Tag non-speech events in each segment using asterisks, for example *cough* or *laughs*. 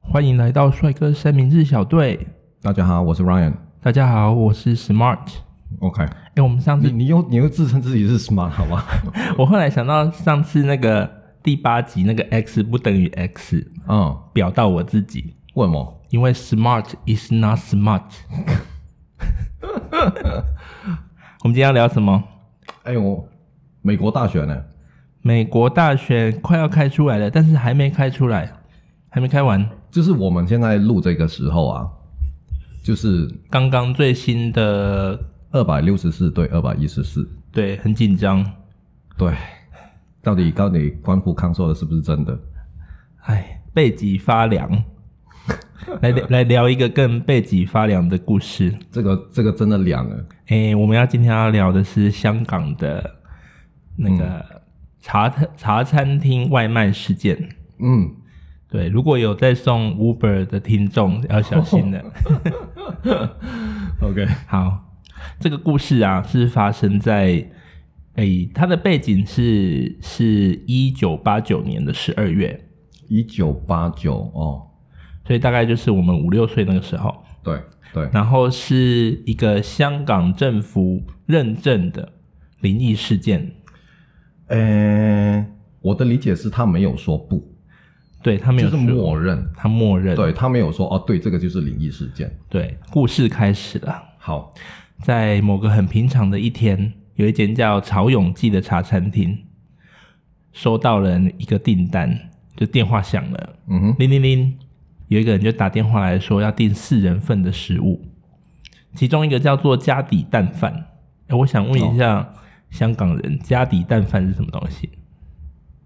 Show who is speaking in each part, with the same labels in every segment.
Speaker 1: 欢迎来到帅哥三明治小队。
Speaker 2: 大家好，我是 Ryan。
Speaker 1: 大家好，我是 Smart。
Speaker 2: OK，
Speaker 1: 哎、我们上
Speaker 2: 你
Speaker 1: 次
Speaker 2: 你又你又自称自己是 smart 好吗？
Speaker 1: 我后来想到上次那个第八集那个 X 不等于 X，
Speaker 2: *laughs* 嗯，
Speaker 1: 表到我自己，
Speaker 2: 为什么？
Speaker 1: 因为 Smart is not smart。我们今天要聊什么？
Speaker 2: 哎、我美国大选呢、
Speaker 1: 美国大选快要开出来了，但是还没开出来，还没开完。
Speaker 2: 就是我们现在录这个时候啊，就是
Speaker 1: 刚刚最新的，
Speaker 2: 二百六十四对二百一十四，
Speaker 1: 对，很紧张。
Speaker 2: 对，到底到底官府康说的是不是真的？
Speaker 1: 哎，背脊发凉。来聊来聊一个更背脊发凉的故事。
Speaker 2: 这个这个真的凉了。
Speaker 1: 哎、我们要今天要聊的是香港的那个茶、茶餐厅外卖事件。
Speaker 2: 嗯，
Speaker 1: 对，如果有在送 Uber 的听众要小心了。
Speaker 2: OK，
Speaker 1: 好，这个故事啊是发生在，诶、它的背景是是一九八九年的十二月，
Speaker 2: 一九八九哦，
Speaker 1: 所以大概就是我们五六岁那个时候。
Speaker 2: 对对，
Speaker 1: 然后是一个香港政府认证的灵异事件，
Speaker 2: 呃、我的理解是他没有说不，
Speaker 1: 对他没
Speaker 2: 就
Speaker 1: 有
Speaker 2: 是
Speaker 1: 说
Speaker 2: 默认，
Speaker 1: 他默认
Speaker 2: 对他没有说哦，对，这个就是灵异事件。
Speaker 1: 对故事开始了，
Speaker 2: 好，
Speaker 1: 在某个很平常的一天，有一间叫曹永记的茶餐厅收到了一个订单，就电话响了，
Speaker 2: 嗯哼，
Speaker 1: 铃铃铃，有一个人就打电话来说要订四人份的食物，其中一个叫做加底蛋饭。哎，我想问一下、
Speaker 2: 哦
Speaker 1: 香港人，加底蛋饭是什么东西？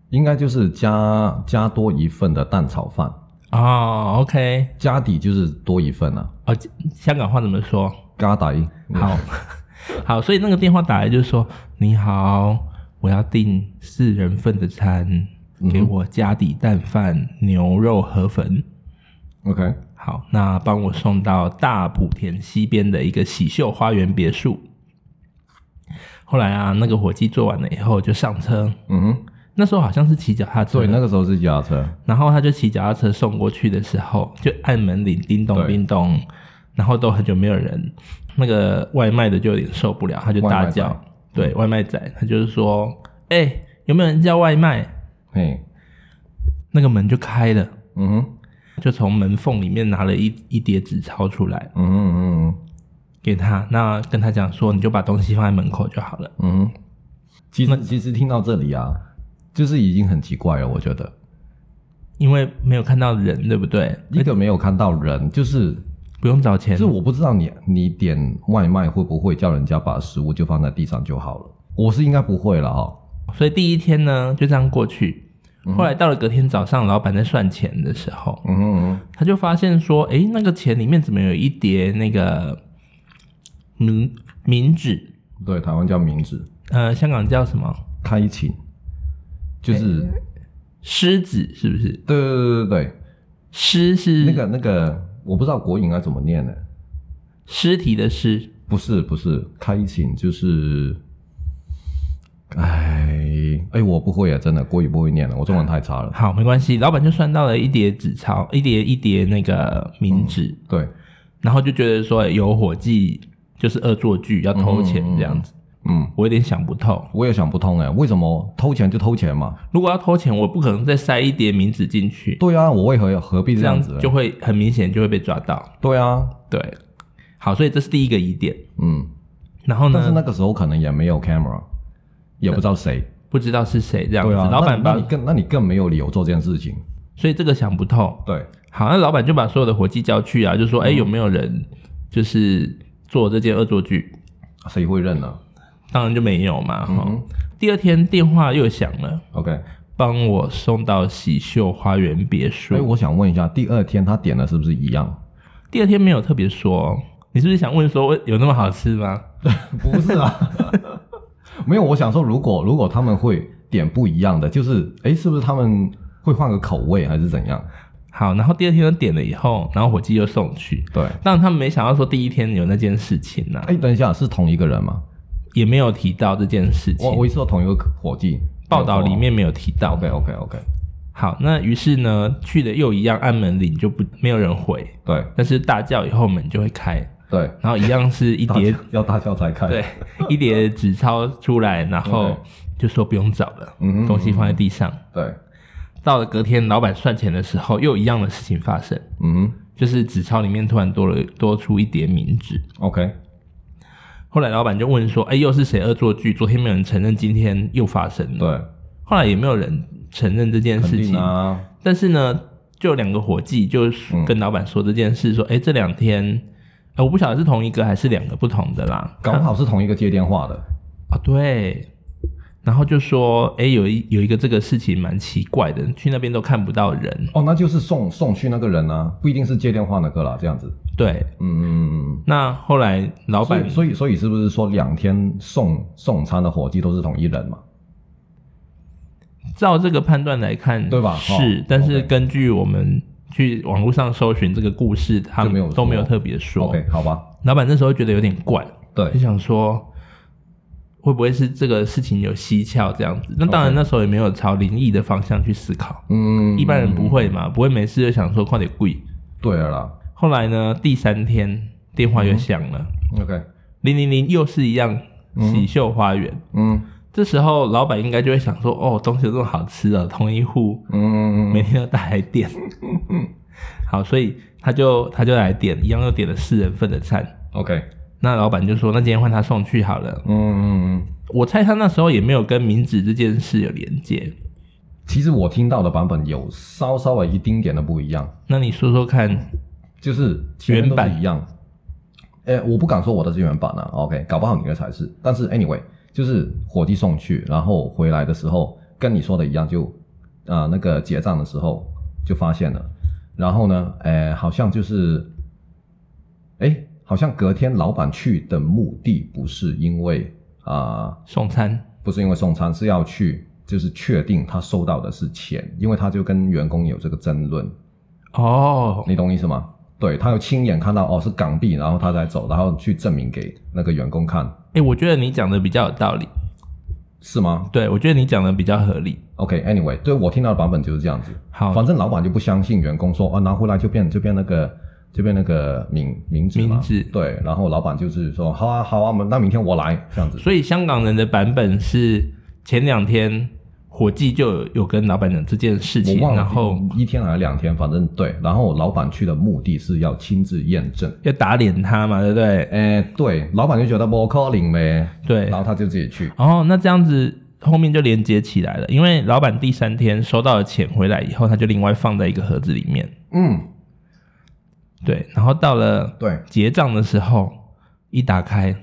Speaker 2: 应该就是加加多一份的蛋炒饭，
Speaker 1: 哦，OK，
Speaker 2: 加底就是多一份啊，
Speaker 1: 哦，香港话怎么说？
Speaker 2: 加底。
Speaker 1: 好， *laughs* 好，所以那个电话打来就是说：“你好，我要订四人份的餐，给我加底蛋饭、牛肉河粉。
Speaker 2: ，OK，
Speaker 1: 好，那帮我送到大埔田西边的一个喜秀花园别墅。”后来啊，那个伙计做完了以后就上车，
Speaker 2: 嗯哼，
Speaker 1: 那时候好像是骑脚踏车，
Speaker 2: 对，那个时候是加车，
Speaker 1: 然后他就骑脚踏车送过去的时候，就按门铃，叮咚
Speaker 2: 对
Speaker 1: 叮咚，然后都很久没有人，那个外卖的就有点受不了，他就大叫，
Speaker 2: 外卖仔嗯
Speaker 1: 对外卖仔，他就是说，哎、有没有人叫外卖？
Speaker 2: 嘿，
Speaker 1: 那个门就开了，
Speaker 2: 嗯哼，
Speaker 1: 就从门缝里面拿了一一叠纸钞出来
Speaker 2: 嗯哼，嗯哼，
Speaker 1: 给他，那跟他讲说，你就把东西放在门口就好了。
Speaker 2: 嗯哼。其实其实听到这里啊，就是已经很奇怪了，我觉得
Speaker 1: 因为没有看到人，对不对？
Speaker 2: 一个没有看到人，就是
Speaker 1: 不用找钱
Speaker 2: 就是，我不知道你你点外卖会不会叫人家把食物就放在地上就好了，我是应该不会了哈、
Speaker 1: 所以第一天呢就这样过去。后来到了隔天早上，老板在算钱的时候，
Speaker 2: 嗯哼嗯
Speaker 1: 他就发现说，诶，那个钱里面怎么有一叠那个冥冥纸？
Speaker 2: 哼，对，台湾叫名字。
Speaker 1: 呃，香港叫什么？
Speaker 2: 开琴，就是、
Speaker 1: 狮子是不是？
Speaker 2: 对对对对
Speaker 1: 嗯狮是
Speaker 2: 对，那个那个，我不知道国语应该怎么念呢？
Speaker 1: 尸体的尸，
Speaker 2: 不是不是，开琴就是，哎哎，我不会啊，真的国语不会念了，我中文太差了。
Speaker 1: 好，没关系。老板就算到了一叠纸钞，一叠一叠那个
Speaker 2: 嗯
Speaker 1: 冥纸，
Speaker 2: 对，
Speaker 1: 然后就觉得说诶有伙计就是恶作剧，要偷钱这样子。
Speaker 2: 嗯，
Speaker 1: 我有点想不透，
Speaker 2: 我也想不通哎，为什么偷钱就偷钱嘛？
Speaker 1: 如果要偷钱，我不可能再塞一叠冥纸进去，
Speaker 2: 对啊，我为何何必这
Speaker 1: 这
Speaker 2: 样
Speaker 1: 样
Speaker 2: 子呢？
Speaker 1: 就会很明显就会被抓到。
Speaker 2: 对啊，
Speaker 1: 对，好，所以这是第一个疑点。
Speaker 2: 嗯，
Speaker 1: 然后
Speaker 2: 但是
Speaker 1: 呢，
Speaker 2: 那个时候可能也没有 camera，也不知道谁。
Speaker 1: 不知道是谁这样子，
Speaker 2: 对啊，
Speaker 1: 老板
Speaker 2: 那
Speaker 1: 把
Speaker 2: 你那，你更那你更没有理由做这件事情。
Speaker 1: 所以这个想不透。
Speaker 2: 对，
Speaker 1: 好，那老板就把所有的伙计叫去啊，就
Speaker 2: 嗯
Speaker 1: 说，哎、有没有人就是做这件恶作剧？
Speaker 2: 谁会认呢
Speaker 1: 当然就没有嘛。哈、
Speaker 2: 嗯
Speaker 1: 第二天电话又响了，
Speaker 2: ？OK，
Speaker 1: 帮我送到喜秀花园别墅。
Speaker 2: 所哎以我想问一下，第二天他点的是不是一样？
Speaker 1: 第二天没有特别说，哦你是不是想问说有那么好吃吗？
Speaker 2: 不是啊， *laughs* 没有。我想说，如果如果他们会点不一样的，就是哎，是不是他们会换个口味还是怎样？
Speaker 1: 好，然后第二天又点了以后，然后伙计又送去。
Speaker 2: 对，
Speaker 1: 但他们没想到说第一天有那件事情呐、啊，
Speaker 2: 哎，等一下，是同一个人吗？
Speaker 1: 也没有提到这件事情
Speaker 2: 我，我一说同一个伙计，
Speaker 1: 报道里面没有提到。
Speaker 2: OK OK OK，
Speaker 1: 好，那于是呢，去了又一样按门铃，就不没有人回，
Speaker 2: 对
Speaker 1: 但是大叫以后门就会开，
Speaker 2: 对，
Speaker 1: 然后一样是一
Speaker 2: 大
Speaker 1: 叠
Speaker 2: 叫要大笑才
Speaker 1: *laughs*
Speaker 2: 开，
Speaker 1: 对，一叠纸钞出来，然后
Speaker 2: 对
Speaker 1: 就说不用找了，
Speaker 2: 嗯哼，嗯哼
Speaker 1: 东西放在地上。
Speaker 2: 对，
Speaker 1: 到了隔天老板算钱的时候，又一样的事情发生，
Speaker 2: 嗯
Speaker 1: 就是纸钞里面突然多了多出一叠冥纸。
Speaker 2: 哼，OK，
Speaker 1: 后来老板就问说：“哎、又是谁恶作剧？昨天没有人承认，今天又发生了。
Speaker 2: 对，”
Speaker 1: 后来也没有人承认这件
Speaker 2: 肯
Speaker 1: 事情，
Speaker 2: 定啊，
Speaker 1: 但是呢，就有两个伙计就
Speaker 2: 嗯
Speaker 1: 跟老板说这件事，说：“哎、这两天，呃我不晓得是同一个还是两个不同的啦。”
Speaker 2: 搞不好是同一个接电话的，
Speaker 1: 啊，对。然后就说，哎，有一有一个这个事情蛮奇怪的，去那边都看不到人。
Speaker 2: 哦，那就是送送去那个人啊，不一定是接电话那个啦，这样子，
Speaker 1: 对，
Speaker 2: 嗯嗯嗯嗯。
Speaker 1: 那后来老
Speaker 2: 所
Speaker 1: 板
Speaker 2: 以，所以，所以是不是说两天送送餐的伙计都是同一人嘛？
Speaker 1: 照这个判断来看，
Speaker 2: 对吧
Speaker 1: 是
Speaker 2: 哦，
Speaker 1: 但是
Speaker 2: OK
Speaker 1: 根据我们去网络上搜寻这个故事，他
Speaker 2: 就没有
Speaker 1: 们都没有
Speaker 2: 说
Speaker 1: 特别说。
Speaker 2: OK，好吧，
Speaker 1: 老板那时候觉得有点怪，
Speaker 2: 对
Speaker 1: 就，想说会不会是这个事情有蹊跷这样子？那当然
Speaker 2: OK
Speaker 1: 那时候也没有朝灵异的方向去思考，
Speaker 2: 嗯，
Speaker 1: 一般人不会嘛，不会没事就想说快点跪。
Speaker 2: 对了啦
Speaker 1: 后来呢，第三天电话又响了，
Speaker 2: ，OK，
Speaker 1: 零零零又是一样喜秀花园。
Speaker 2: 嗯
Speaker 1: 这时候老板应该就会想说，哦，东西有这么好吃的，同一户
Speaker 2: 嗯嗯
Speaker 1: 每天都带来
Speaker 2: *laughs*
Speaker 1: 点。好，所以他就他就来点，一样又点了四人份的餐。
Speaker 2: ，OK，
Speaker 1: 那老板就说，那今天换他送去好了。
Speaker 2: 嗯嗯嗯。
Speaker 1: 我猜他那时候也没有跟明子这件事有连接。
Speaker 2: 其实我听到的版本有稍稍微一丁点的不一样，
Speaker 1: 那你说说看，
Speaker 2: 就是前面
Speaker 1: 原
Speaker 2: 都是
Speaker 1: 版
Speaker 2: 一样。呃，我不敢说我的是原版啊，OK，搞不好你的才是。但是 anyway，就是伙计送去，然后回来的时候跟你说的一样就，啊那个结账的时候就发现了，然后呢，呃，好像就是，哎，好像隔天老板去的目的不是因为啊、
Speaker 1: 送餐
Speaker 2: 不是因为送餐，是要去就是确定他收到的是钱，因为他就跟员工有这个争论，
Speaker 1: 哦，
Speaker 2: 你懂我意思吗？对他有亲眼看到哦是港币，然后他才走，然后去证明给那个员工看，
Speaker 1: 哎，我觉得你讲的比较有道理，
Speaker 2: 是吗
Speaker 1: 对我觉得你讲的比较合理。
Speaker 2: ？OK，Anyway，、对我听到的版本就是这样子。
Speaker 1: 好，
Speaker 2: 反正老板就不相信员工说啊拿回来就变就变那个就变那个名名字嘛，
Speaker 1: 名字
Speaker 2: 对，然后老板就是说好啊好啊，我们那明天我来这样子。
Speaker 1: 所以香港人的版本是前两天伙计就有有跟老板讲这件事情，
Speaker 2: 我忘了
Speaker 1: 然后
Speaker 2: 一天还是两天，反正对。然后老板去的目的是要亲自验证。
Speaker 1: 要打脸他嘛，对不对？
Speaker 2: 哎，对，老板就觉得不 calling 呗，
Speaker 1: 对
Speaker 2: 然。后他就自己去。
Speaker 1: 哦，那这样子后面就连接起来了，因为老板第三天收到了钱回来以后，他就另外放在一个盒子里面，
Speaker 2: 嗯，
Speaker 1: 对。然后到了
Speaker 2: 对，
Speaker 1: 结账的时候，一打开，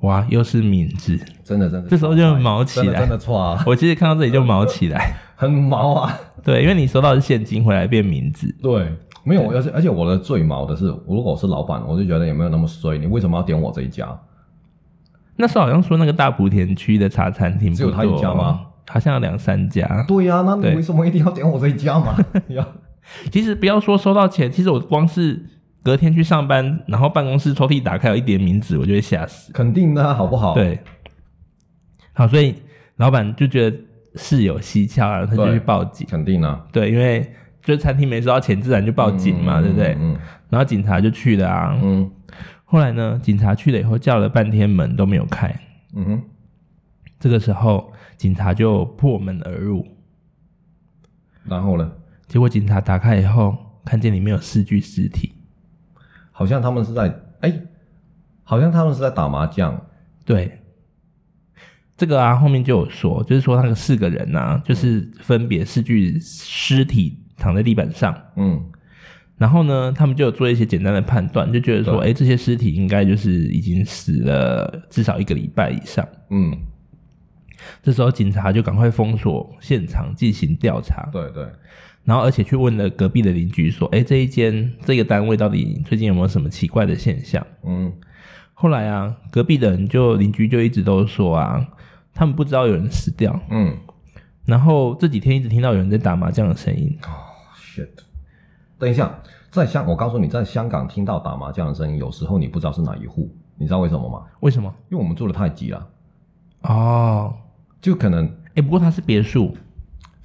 Speaker 1: 哇，又是敏智。
Speaker 2: 真的真的，
Speaker 1: 这时候就毛起
Speaker 2: 真的真
Speaker 1: 来。
Speaker 2: 的错啊，
Speaker 1: 我其实看到这里就毛起
Speaker 2: *laughs*
Speaker 1: 来，
Speaker 2: 很毛啊。
Speaker 1: 对，因为你收到的是现金回来变名字，
Speaker 2: 对，没有，而且而且我的最毛的是，如果我是老板，我就觉得也没有那么衰，你为什么要点我这一家？
Speaker 1: 那时候好像说那个大莆田区的茶餐厅不
Speaker 2: 只有他一家吗
Speaker 1: 多？好像有两三家。
Speaker 2: 对呀、那你
Speaker 1: 对
Speaker 2: 为什么一定要点我这一家嘛？呀，
Speaker 1: 其实不要说收到钱，其实我光是隔天去上班，然后办公室抽屉打开有一叠名字，我就会吓死。
Speaker 2: *laughs* 肯定的啊，好不好？，
Speaker 1: 对，好，所以老板就觉得事有蹊跷啊，他就
Speaker 2: 对
Speaker 1: 去报警。
Speaker 2: 肯定啊，
Speaker 1: 对，因为就是餐厅没收到钱，自然就报警嘛，
Speaker 2: 嗯
Speaker 1: 对不对？
Speaker 2: 嗯
Speaker 1: 然后警察就去了啊。
Speaker 2: 嗯
Speaker 1: 后来呢，警察去了以后叫了半天门都没有开，
Speaker 2: 嗯哼，
Speaker 1: 这个时候警察就破门而入。
Speaker 2: 然后呢？
Speaker 1: 结果警察打开以后，看见里面有四具尸体。
Speaker 2: 好像他们是在哎，好像他们是在打麻将。
Speaker 1: 对，这个啊后面就有说，就是说那个四个人啊，就是分别四具尸体躺在地板上，
Speaker 2: 嗯，
Speaker 1: 然后呢，他们就有做一些简单的判断，就觉得说，
Speaker 2: 对
Speaker 1: 哎，这些尸体应该就是已经死了至少一个礼拜以上。
Speaker 2: 嗯，
Speaker 1: 这时候警察就赶快封锁现场进行调查，
Speaker 2: 对对，
Speaker 1: 然后而且去问了隔壁的邻居说，哎，这一间这个单位到底最近有没有什么奇怪的现象？
Speaker 2: 嗯
Speaker 1: 后来啊，隔壁的人就邻居就一直都说啊，他们不知道有人死掉，
Speaker 2: 嗯
Speaker 1: 然后这几天一直听到有人在打麻将的声音。
Speaker 2: ，shit。等一下，在香，我告诉你，在香港听到打麻将的声音，有时候你不知道是哪一户，你知道为什么吗？
Speaker 1: 为什么？
Speaker 2: 因为我们住的太急了，
Speaker 1: 哦，
Speaker 2: 就可能
Speaker 1: 哎、不过它是别墅，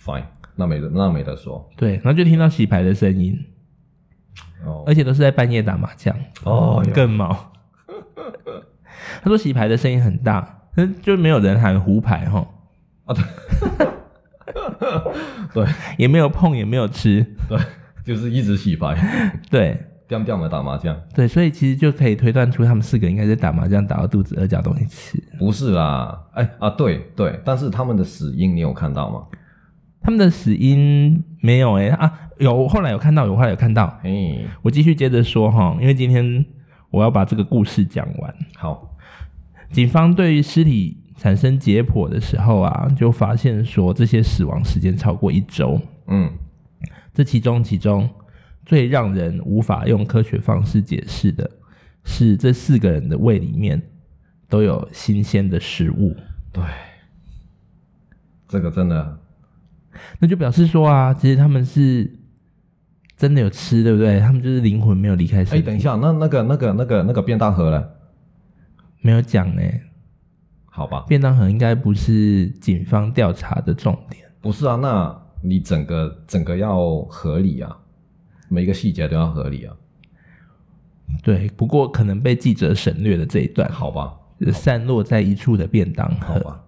Speaker 2: fine，那没得那没得说
Speaker 1: 对，然后就听到洗牌的声音，
Speaker 2: 哦
Speaker 1: 而且都是在半夜打麻将，
Speaker 2: 哦
Speaker 1: 更毛。 *laughs* 他说洗牌的声音很大，但是就没有人喊胡牌哈，
Speaker 2: 啊 *laughs* 对，对
Speaker 1: 也没有碰，也没有吃，
Speaker 2: 对，就是一直洗 *laughs* 牌，
Speaker 1: 对
Speaker 2: 掉掉的打麻将，
Speaker 1: 对，所以其实就可以推断出他们四个应该是打麻将打到肚子饿，找东西吃。
Speaker 2: 不是啦，哎啊对对，但是他们的死因你有看到吗？
Speaker 1: 他们的死因没有哎、啊，有我后来有看到，有后来有看到，
Speaker 2: 嘿，
Speaker 1: 我继续接着说哈，因为今天我要把这个故事讲完。
Speaker 2: 好，
Speaker 1: 警方对于尸体产生解剖的时候啊，就发现说这些死亡时间超过一周，
Speaker 2: 嗯
Speaker 1: 这其中其中最让人无法用科学方式解释的是，这四个人的胃里面都有新鲜的食物，
Speaker 2: 对，这个真的
Speaker 1: 那就表示说啊，其实他们是。真的有吃，对不对？他们就是灵魂没有离开
Speaker 2: 哎，
Speaker 1: 身体，
Speaker 2: 等一下，那那个那个那个那个便当盒呢？
Speaker 1: 没有讲哎、
Speaker 2: 好吧，
Speaker 1: 便当盒应该不是警方调查的重点。
Speaker 2: 不是啊，那你整个整个要合理啊，每个细节都要合理啊，
Speaker 1: 对，不过可能被记者省略了这一段，
Speaker 2: 好吧，
Speaker 1: 散落在一处的便当
Speaker 2: 好
Speaker 1: 盒。
Speaker 2: 吧，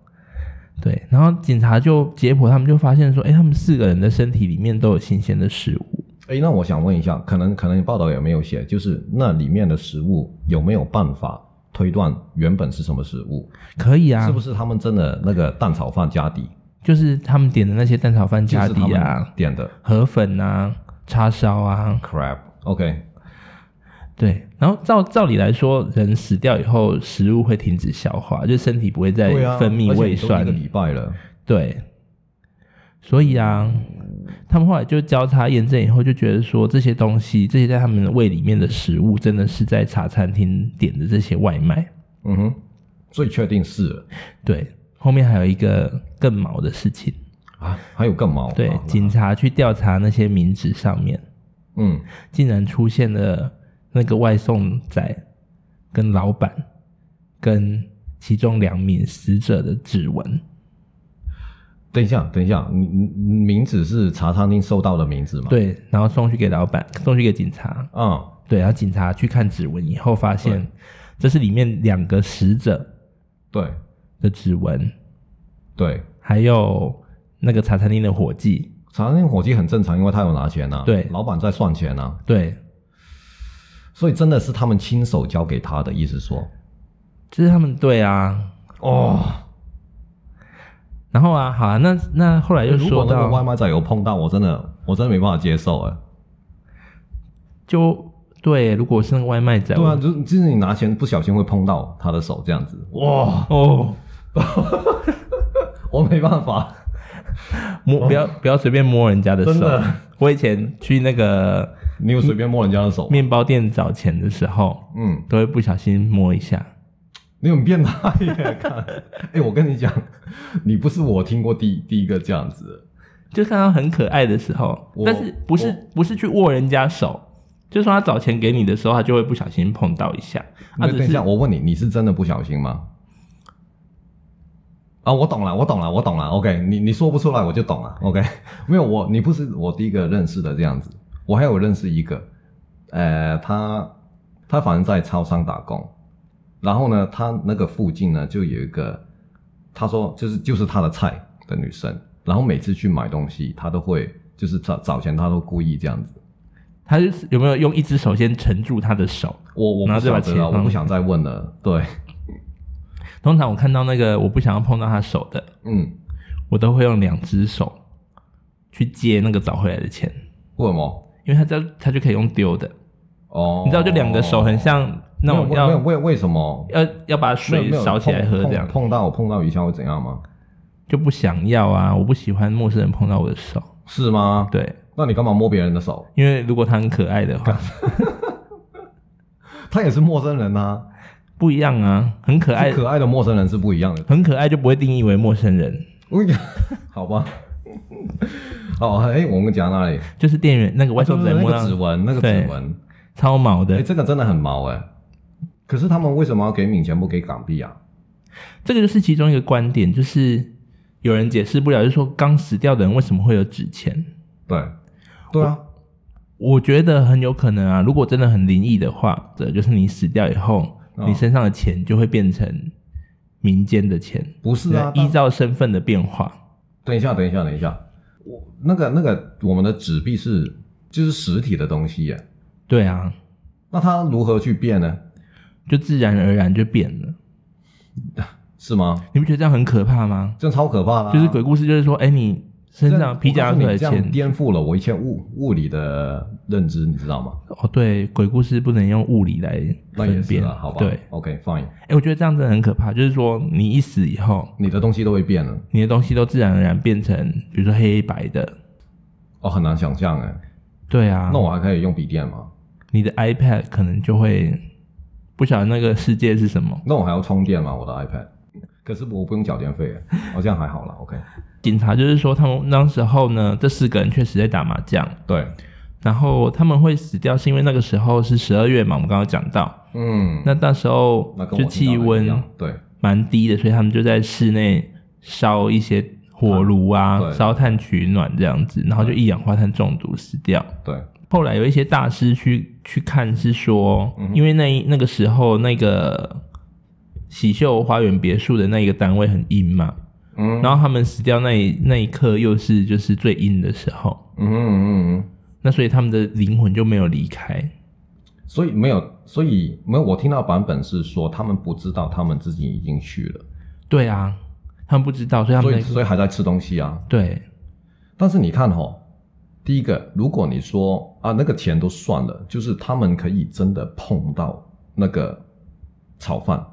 Speaker 1: 对，然后警察就解剖，他们就发现说，哎，他们四个人的身体里面都有新鲜的食物。
Speaker 2: 哎，那我想问一下，可能可能你报道有没有写，就是那里面的食物有没有办法推断原本是什么食物？
Speaker 1: 可以啊，
Speaker 2: 是不是他们真的那个蛋炒饭加底，
Speaker 1: 就是他们点的那些蛋炒饭
Speaker 2: 就
Speaker 1: 加
Speaker 2: 是他
Speaker 1: 底
Speaker 2: 们
Speaker 1: 啊、
Speaker 2: 点的
Speaker 1: 河粉啊、叉烧啊，
Speaker 2: crab？OK，、
Speaker 1: 对。然后照照理来说，人死掉以后，食物会停止消化，就身体不会再
Speaker 2: 对啊，
Speaker 1: 分泌
Speaker 2: 而且
Speaker 1: 胃
Speaker 2: 你都
Speaker 1: 酸。
Speaker 2: 一个礼拜了，
Speaker 1: 对，所以啊，他们后来就交叉验证以后，就觉得说这些东西，这些在他们的胃里面的食物，真的是在茶餐厅点的这些外卖。
Speaker 2: 嗯哼，最确定是了
Speaker 1: 对，后面还有一个更毛的事情，
Speaker 2: 啊，还有更毛
Speaker 1: 对，
Speaker 2: 啊
Speaker 1: 警察去调查那些名纸上面，
Speaker 2: 嗯，
Speaker 1: 竟然出现了那个外送仔跟老板跟其中两名死者的指纹。
Speaker 2: 等一下，等一下，你你你名字是茶餐厅收到的名字吗？，
Speaker 1: 对，然后送去给老板，送去给警察。
Speaker 2: 嗯，
Speaker 1: 对，然后警察去看指纹以后，发现
Speaker 2: 对
Speaker 1: 这是里面两个死者
Speaker 2: 对
Speaker 1: 的指纹，
Speaker 2: 对，
Speaker 1: 还有那个茶餐厅的伙计。
Speaker 2: 茶餐厅伙计很正常，因为他有拿钱呐、
Speaker 1: 对
Speaker 2: 老板在算钱呐、啊
Speaker 1: 对，
Speaker 2: 所以真的是他们亲手交给他的，意思说，
Speaker 1: 这是他们对啊。
Speaker 2: 哦，
Speaker 1: 然后啊，好啊，那那后来又
Speaker 2: 哎如
Speaker 1: 说
Speaker 2: 果那个外
Speaker 1: 到，
Speaker 2: 卖仔有碰到，我真的我真的没办法接受哎。
Speaker 1: 就对，如果是那个外卖仔，
Speaker 2: 对啊，
Speaker 1: 我，
Speaker 2: 就是就是你拿钱不小心会碰到他的手这样子，哇，
Speaker 1: 哦，
Speaker 2: 我没办法，
Speaker 1: 摸不要不要随便摸人家的
Speaker 2: 哦真
Speaker 1: 手
Speaker 2: 的。
Speaker 1: 我以前去那个
Speaker 2: 你有随便摸人家的手，
Speaker 1: 面包店找钱的时候，
Speaker 2: 嗯，
Speaker 1: 都会不小心摸一下。
Speaker 2: 你很变态耶！看，哎、我跟你讲，你不是我听过第第一个这样子的，
Speaker 1: 就看到很可爱的时候，
Speaker 2: 我
Speaker 1: 但是不是不是去握人家手，就说他找钱给你的时候，他就会不小心碰到一下，他
Speaker 2: 那
Speaker 1: 只
Speaker 2: 等一
Speaker 1: 是
Speaker 2: 下，我问你，你是真的不小心吗？啊，我懂了，我懂了，我懂了。OK，你你说不出来我就懂了。OK，没有 *laughs* 我，你不是我第一个认识的这样子，我还有认识一个，呃，他他反正在超商打工，然后呢，他那个附近呢就有一个，他说就是就是他的菜的女生，然后每次去买东西，他都会就是找找钱，他都故意这样子。
Speaker 1: 他就是有没有用一只手先承住他的手？
Speaker 2: 我我
Speaker 1: 然
Speaker 2: 不
Speaker 1: 后再把
Speaker 2: 想知道，
Speaker 1: 钱嗯
Speaker 2: 我
Speaker 1: 放
Speaker 2: 不想再问了。对，
Speaker 1: 通常我看到那个我不想要碰到他手的，
Speaker 2: 嗯，
Speaker 1: 我都会用两只手去接那个找回来的钱，
Speaker 2: 为什么？
Speaker 1: 因为他这他就可以用丢的，
Speaker 2: 哦，
Speaker 1: 你知道，就两个手很像那种
Speaker 2: 没有没有
Speaker 1: 要
Speaker 2: 为为什么
Speaker 1: 要要把水
Speaker 2: 没有没有
Speaker 1: 烧起来喝
Speaker 2: 碰
Speaker 1: 这样
Speaker 2: 碰，碰到碰到一下会怎样吗？
Speaker 1: 就不想要啊，我不喜欢陌生人碰到我的手，
Speaker 2: 是吗？，
Speaker 1: 对，
Speaker 2: 那你干嘛摸别人的手？
Speaker 1: 因为如果他很可爱的话。
Speaker 2: 他也是陌生人呐、
Speaker 1: *laughs* 不一样啊，很可
Speaker 2: 啊，
Speaker 1: 爱，
Speaker 2: 是可爱的陌生人是不一样的。
Speaker 1: 很可爱就不会定义为陌生人，
Speaker 2: 我跟你讲，好吧。哦，哎，我们讲哪里？
Speaker 1: 就是店员那个外送
Speaker 2: 啊
Speaker 1: 仔
Speaker 2: 对对
Speaker 1: 摸
Speaker 2: 那个指
Speaker 1: 到
Speaker 2: 纹，那个
Speaker 1: 对
Speaker 2: 指纹，
Speaker 1: 超毛
Speaker 2: 哎，
Speaker 1: 的，
Speaker 2: 这个真的很毛哎。可是他们为什么要给敏钱不给港币啊？
Speaker 1: 这个就是其中一个观点，就是有人解释不了，就说刚死掉的人为什么会有纸钱？
Speaker 2: 对，对啊，
Speaker 1: 我觉得很有可能啊，如果真的很灵异的话，这就是你死掉以后，
Speaker 2: 哦
Speaker 1: 你身上的钱就会变成民间的钱，
Speaker 2: 不是啊，
Speaker 1: 依照身份的变化。
Speaker 2: 等一下，等一下，等一下，我那个那个我们的纸币是就是实体的东西耶，
Speaker 1: 对啊，
Speaker 2: 那它如何去变呢？
Speaker 1: 就自然而然就变了。
Speaker 2: 是吗？
Speaker 1: 你不觉得这样很可怕吗？
Speaker 2: 这超可怕啦、
Speaker 1: 就是鬼故事，就是说，哎、你
Speaker 2: 啊这
Speaker 1: 身上皮夹
Speaker 2: 我告
Speaker 1: 出
Speaker 2: 诉
Speaker 1: 来的
Speaker 2: 你这样
Speaker 1: 钱，
Speaker 2: 颠覆了我一切物物理的认知，你知道吗？
Speaker 1: 哦，对，鬼故事不能用物理来
Speaker 2: 那也
Speaker 1: 分
Speaker 2: 是
Speaker 1: 辨，
Speaker 2: 啊，好吧？
Speaker 1: 对，
Speaker 2: ，OK，放眼，
Speaker 1: 哎、我觉得这样真的很可怕。就是说，你一死以后，
Speaker 2: 你的东西都会变了，
Speaker 1: 你的东西都自然而然变成，比如说黑白的，
Speaker 2: 哦，很难想象哎。
Speaker 1: 对啊，
Speaker 2: 那我还可以用笔电吗？
Speaker 1: 你的 iPad 可能就会不晓得那个世界是什么。
Speaker 2: 那我还要充电吗？我的 iPad？可是我不用缴电费
Speaker 1: *laughs*
Speaker 2: 耶，好像还好啦。OK，
Speaker 1: 警察就是说，他们那时候呢，这四个人确实在打麻将，
Speaker 2: 对，
Speaker 1: 然后他们会死掉，是因为那个时候是十二月嘛，我们刚刚讲到，
Speaker 2: 嗯，
Speaker 1: 那那时候
Speaker 2: 那跟
Speaker 1: 就
Speaker 2: 我听到
Speaker 1: 气
Speaker 2: 的一
Speaker 1: 温
Speaker 2: 样对，
Speaker 1: 蛮低的，所以他们就在室内烧一些火炉
Speaker 2: 对
Speaker 1: 啊，烧炭取暖这样子，然后就一氧化碳中毒死掉。
Speaker 2: 对，
Speaker 1: 后来有一些大师去去看，是说
Speaker 2: 嗯，哼
Speaker 1: 因为那一那个时候那个喜秀花园别墅的那个单位很阴嘛，
Speaker 2: 嗯，
Speaker 1: 然后他们死掉那一那一刻又是就是最阴的时候，
Speaker 2: 嗯嗯嗯嗯，
Speaker 1: 那所以他们的灵魂就没有离开。
Speaker 2: 所以没有，所以没有，我听到版本是说他们不知道他们自己已经去了，
Speaker 1: 对啊，他们不知道，所以他
Speaker 2: 所
Speaker 1: 们
Speaker 2: 以
Speaker 1: 在
Speaker 2: 所以还在吃东西啊。
Speaker 1: 对
Speaker 2: 但是你看哈、哦，第一个，如果你说啊那个钱都算了，就是他们可以真的碰到那个炒饭，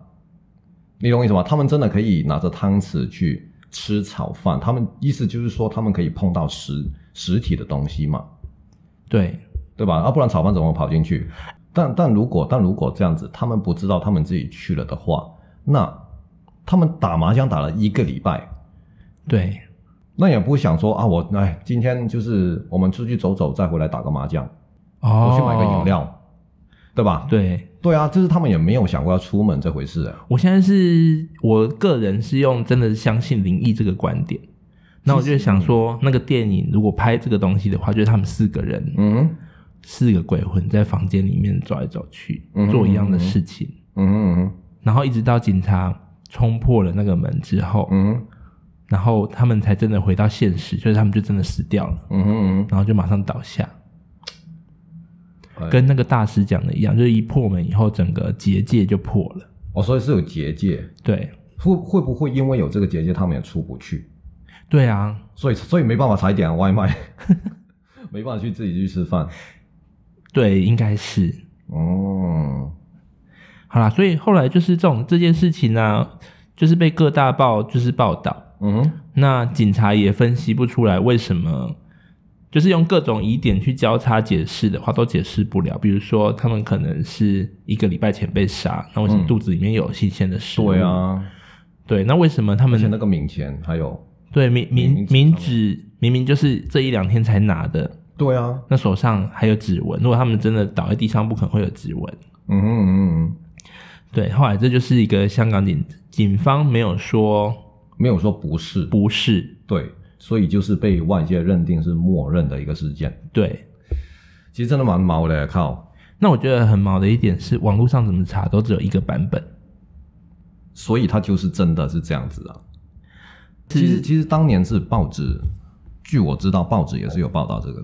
Speaker 2: 你懂我意思吗？他们真的可以拿着汤匙去吃炒饭，他们意思就是说他们可以碰到实实体的东西嘛，
Speaker 1: 对，
Speaker 2: 对吧？啊，不然炒饭怎么跑进去？但但如果但如果这样子，他们不知道他们自己去了的话，那他们打麻将打了一个礼拜，
Speaker 1: 对，
Speaker 2: 那也不想说啊，我哎，今天就是我们出去走走，再回来打个麻将，
Speaker 1: 哦，
Speaker 2: 我去买个饮。料，对吧？
Speaker 1: 对，
Speaker 2: 对啊，就是他们也没有想过要出门这回事啊。
Speaker 1: 我现在是我个人是用真的是相信灵异这个观点，那我就想
Speaker 2: 嗯
Speaker 1: 说，那个电影如果拍这个东西的话，就是他们四个人，
Speaker 2: 嗯
Speaker 1: 四个鬼魂在房间里面走来走去
Speaker 2: 嗯，
Speaker 1: 做一样的事情，
Speaker 2: 嗯嗯
Speaker 1: 然后一直到警察冲破了那个门之后，
Speaker 2: 嗯
Speaker 1: 然后他们才真的回到现实，就是他们就真的死掉了，
Speaker 2: 嗯嗯
Speaker 1: 然后就马上倒下，
Speaker 2: 嗯，
Speaker 1: 跟那个大师讲的一样，就是一破门以后，整个结界就破了。
Speaker 2: 我说哦是有结界，
Speaker 1: 对，
Speaker 2: 会会不会因为有这个结界，他们也出不去，
Speaker 1: 对啊，
Speaker 2: 所以所以没办法才点外卖， *laughs* 没办法去自己去吃饭。
Speaker 1: 对，应该是。
Speaker 2: 哦，
Speaker 1: 好啦，所以后来就是这种这件事情呢、就是被各大报就是报道，
Speaker 2: 嗯
Speaker 1: 那警察也分析不出来为什么，就是用各种疑点去交叉解释的话，都解释不了。比如说，他们可能是一个礼拜前被杀，那为什么
Speaker 2: 嗯
Speaker 1: 肚子里面有新鲜的食物？
Speaker 2: 对，啊，
Speaker 1: 对，那为什么他
Speaker 2: 而且
Speaker 1: 们
Speaker 2: 那个冥钱还有，
Speaker 1: 对明明
Speaker 2: 明纸
Speaker 1: 明
Speaker 2: 上
Speaker 1: 纸明明就是这一两天才拿的，
Speaker 2: 对啊，
Speaker 1: 那手上还有指纹？如果他们真的倒在地上，不可能会有指纹。
Speaker 2: 嗯哼嗯哼嗯
Speaker 1: 对，后来这就是一个香港警警方没有说
Speaker 2: 哼，没有说不是，
Speaker 1: 不是，
Speaker 2: 对，所以就是被外界认定是默认的一个事件。
Speaker 1: 对。
Speaker 2: 其实真的蛮毛的，靠！
Speaker 1: 那我觉得很毛的一点是，网络上怎么查都只有一个版本。
Speaker 2: 所以他就是真的是这样子啊。
Speaker 1: 是
Speaker 2: 其实其实当年是报纸，据我知道，报纸也是有报道这个。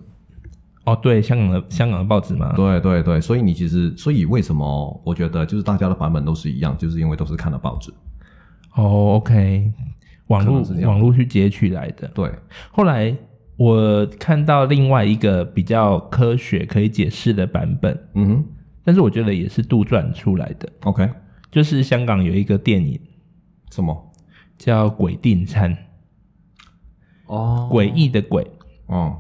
Speaker 1: 哦，对，香港的香港的报纸嘛，
Speaker 2: 对对对，所以你其实，所以为什么我觉得就是大家的版本都是一样，就是因为都是看了报纸。
Speaker 1: 哦，OK，网
Speaker 2: 可
Speaker 1: 络
Speaker 2: 能是这样
Speaker 1: 网络去截取来的。
Speaker 2: 对，
Speaker 1: 后来我看到另外一个比较科学可以解释的版本，
Speaker 2: 嗯哼
Speaker 1: 但是我觉得也是杜撰出来的，
Speaker 2: ，OK，
Speaker 1: 就是香港有一个电影
Speaker 2: 什么？
Speaker 1: 叫《鬼订餐》，
Speaker 2: 哦
Speaker 1: 诡异的鬼，
Speaker 2: 哦，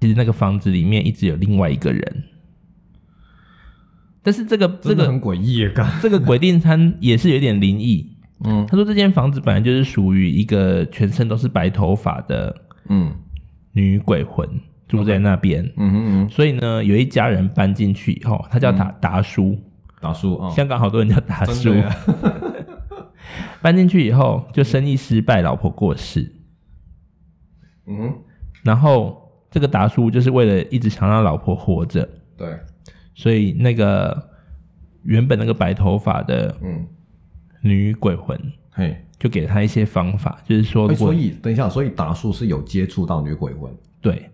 Speaker 1: 其实那个房子里面一直有另外一个人，但是这个这
Speaker 2: 真的
Speaker 1: 个
Speaker 2: 很诡异啊！干
Speaker 1: 这个鬼订餐也是有点灵异。
Speaker 2: 嗯
Speaker 1: 他说这间房子本来就是属于一个全身都是白头发的
Speaker 2: 嗯
Speaker 1: 女鬼魂住在那边
Speaker 2: 嗯哼嗯，
Speaker 1: 所以呢，有一家人搬进去以后，他叫达达叔，
Speaker 2: 打输啊，
Speaker 1: 香港好多人叫达
Speaker 2: 嗯真
Speaker 1: 叔 *laughs*
Speaker 2: 的。耶
Speaker 1: 搬进去以后就生意失败，老婆过世，
Speaker 2: 嗯哼，
Speaker 1: 然后这个达叔就是为了一直想让老婆活着，
Speaker 2: 对，
Speaker 1: 所以那个原本那个白头发的
Speaker 2: 嗯，
Speaker 1: 女鬼魂
Speaker 2: 嘿，
Speaker 1: 就给他一些方法，就是说
Speaker 2: 哎
Speaker 1: 如果
Speaker 2: 所以等一下，所以达叔是有接触到女鬼魂，
Speaker 1: 对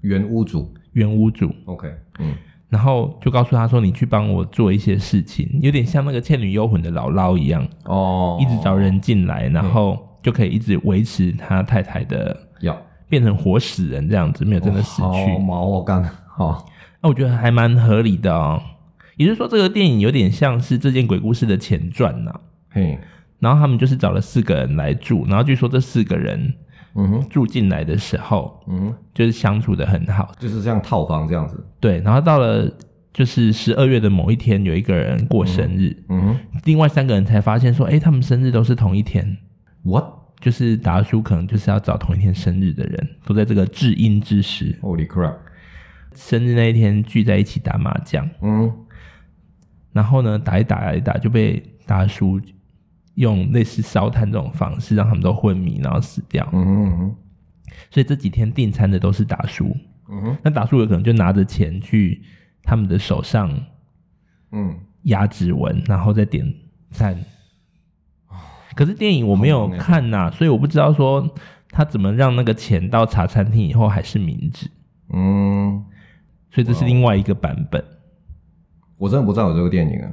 Speaker 2: 原屋主
Speaker 1: 原屋主，
Speaker 2: ，OK，嗯，
Speaker 1: 然后就告诉他说你去帮我做一些事情，有点像那个《倩女幽魂》的姥姥一样，
Speaker 2: 哦，
Speaker 1: 一直找人进来，然后就可以一直维持他太太的
Speaker 2: 要，
Speaker 1: 变成活死人这样子，没有真的死
Speaker 2: 哦
Speaker 1: 去
Speaker 2: 好。毛我干，好，
Speaker 1: 那我觉得还蛮合理的哦。也就是说，这个电影有点像是这件鬼故事的前传呐、啊
Speaker 2: 嘿，
Speaker 1: 然后他们就是找了四个人来住，然后据说这四个人
Speaker 2: 嗯哼，
Speaker 1: 住进来的时候，
Speaker 2: 嗯哼，
Speaker 1: 就是相处的很好，
Speaker 2: 就是像套房这样子，
Speaker 1: 对。然后到了就是十二月的某一天，有一个人过生日，
Speaker 2: 嗯哼
Speaker 1: 另外三个人才发现说，哎，他们生日都是同一天，
Speaker 2: ，What？Holy
Speaker 1: 就是达叔可能就是要找同一天生日的人，都在这个至阴之时，
Speaker 2: crap！
Speaker 1: 生日那一天聚在一起打麻将。
Speaker 2: 嗯，
Speaker 1: 然后呢，打一打打一打就被达叔用类似烧炭这种方式让他们都昏迷，然后死掉。
Speaker 2: 嗯哼嗯哼
Speaker 1: 所以这几天订餐的都是达叔，
Speaker 2: 嗯哼
Speaker 1: 那达叔有可能就拿着钱去他们的手上
Speaker 2: 嗯，
Speaker 1: 压指纹，然后再点餐。可是电影我没有
Speaker 2: 欸
Speaker 1: 看呐、所以我不知道说他怎么让那个钱到茶餐厅以后还是冥纸，
Speaker 2: 嗯，
Speaker 1: 所以这是另外一个版本。
Speaker 2: 哦我真的不知道有这个电影啊。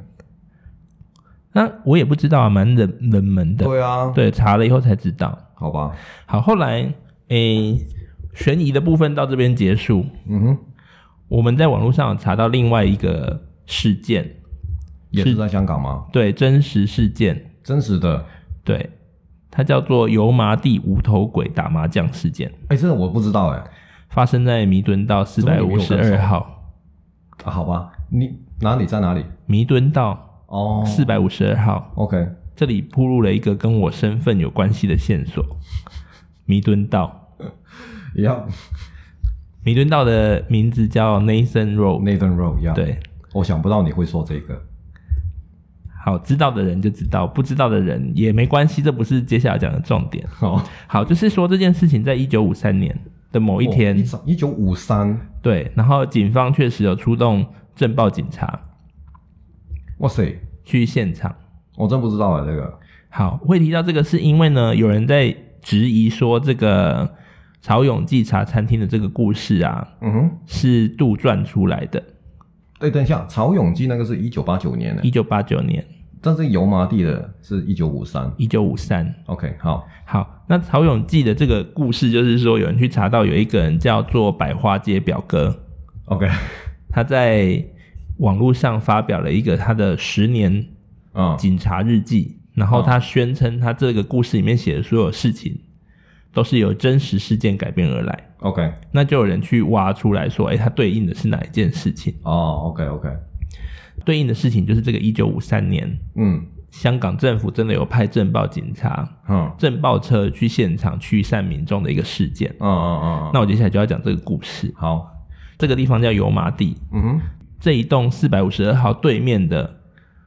Speaker 1: 那我也不知道啊，蛮冷冷门的。
Speaker 2: 对啊，，
Speaker 1: 对，查了以后才知道。
Speaker 2: 好吧，
Speaker 1: 好，后来诶，悬疑的部分到这边结束。
Speaker 2: 嗯哼，
Speaker 1: 我们在网络上有查到另外一个事件，
Speaker 2: 也
Speaker 1: 是
Speaker 2: 是在香港吗？
Speaker 1: 对，真实事件，
Speaker 2: 真实的？
Speaker 1: 对，它叫做油麻地无头鬼打麻将事件，
Speaker 2: 哎，真的我不知道哎、
Speaker 1: 发生在弥敦道四
Speaker 2: 怎么
Speaker 1: 百
Speaker 2: 你比
Speaker 1: 五
Speaker 2: 我
Speaker 1: 十
Speaker 2: 更
Speaker 1: 二
Speaker 2: 熟
Speaker 1: 号，
Speaker 2: 啊好吧，你哪里在哪里？
Speaker 1: 弥敦道
Speaker 2: 哦，
Speaker 1: 四百五十二号，
Speaker 2: ，OK，
Speaker 1: 这里铺入了一个跟我身份有关系的线索。弥敦道，
Speaker 2: 也要
Speaker 1: 弥敦道的名字叫 Nathan Road，
Speaker 2: Nathan Rowe 一样。，
Speaker 1: 对，
Speaker 2: 我想不到你会说这个。 *laughs*
Speaker 1: 好，知道的人就知道，不知道的人也没关系，这不是接下来讲的重点。
Speaker 2: 哦，
Speaker 1: 好，就是说这件事情在一九五三年的某一天，
Speaker 2: 哦一九五三，
Speaker 1: 对，然后警方确实有出动镇暴警察
Speaker 2: 哇塞，
Speaker 1: 去现场。
Speaker 2: 我真不知道哎、这个。
Speaker 1: 好，会提到这个是因为呢，有人在质疑说这个曹永记茶餐厅的这个故事啊
Speaker 2: 嗯哼，
Speaker 1: 是杜撰出来的，
Speaker 2: 对，等一下，曹永基那个是一九八九年的、
Speaker 1: 一九八九年，
Speaker 2: 但是油麻地的是一九五三。
Speaker 1: 一九五三。
Speaker 2: OK，好，
Speaker 1: 好，那曹永记的这个故事就是说，有人去查到有一个人叫做百花街表哥，
Speaker 2: OK， *laughs*
Speaker 1: 他在网络上发表了一个他的十年
Speaker 2: 嗯，
Speaker 1: 警察日记，然后他宣称他这个故事里面写的所有事情都是由真实事件改变而来。
Speaker 2: OK，
Speaker 1: 那就有人去挖出来说，哎、他对应的是哪一件事情？
Speaker 2: 哦，OK，OK，、
Speaker 1: 对应的事情就是这个一九五三年，
Speaker 2: 嗯，
Speaker 1: 香港政府真的有派政报警察、
Speaker 2: 嗯，
Speaker 1: 政报车去现场驱散民众的一个事件。
Speaker 2: 嗯嗯嗯，
Speaker 1: 那我接下来就要讲这个故事。
Speaker 2: 好，
Speaker 1: 这个地方叫油麻地，
Speaker 2: 嗯哼，
Speaker 1: 这一栋四百五十二号对面的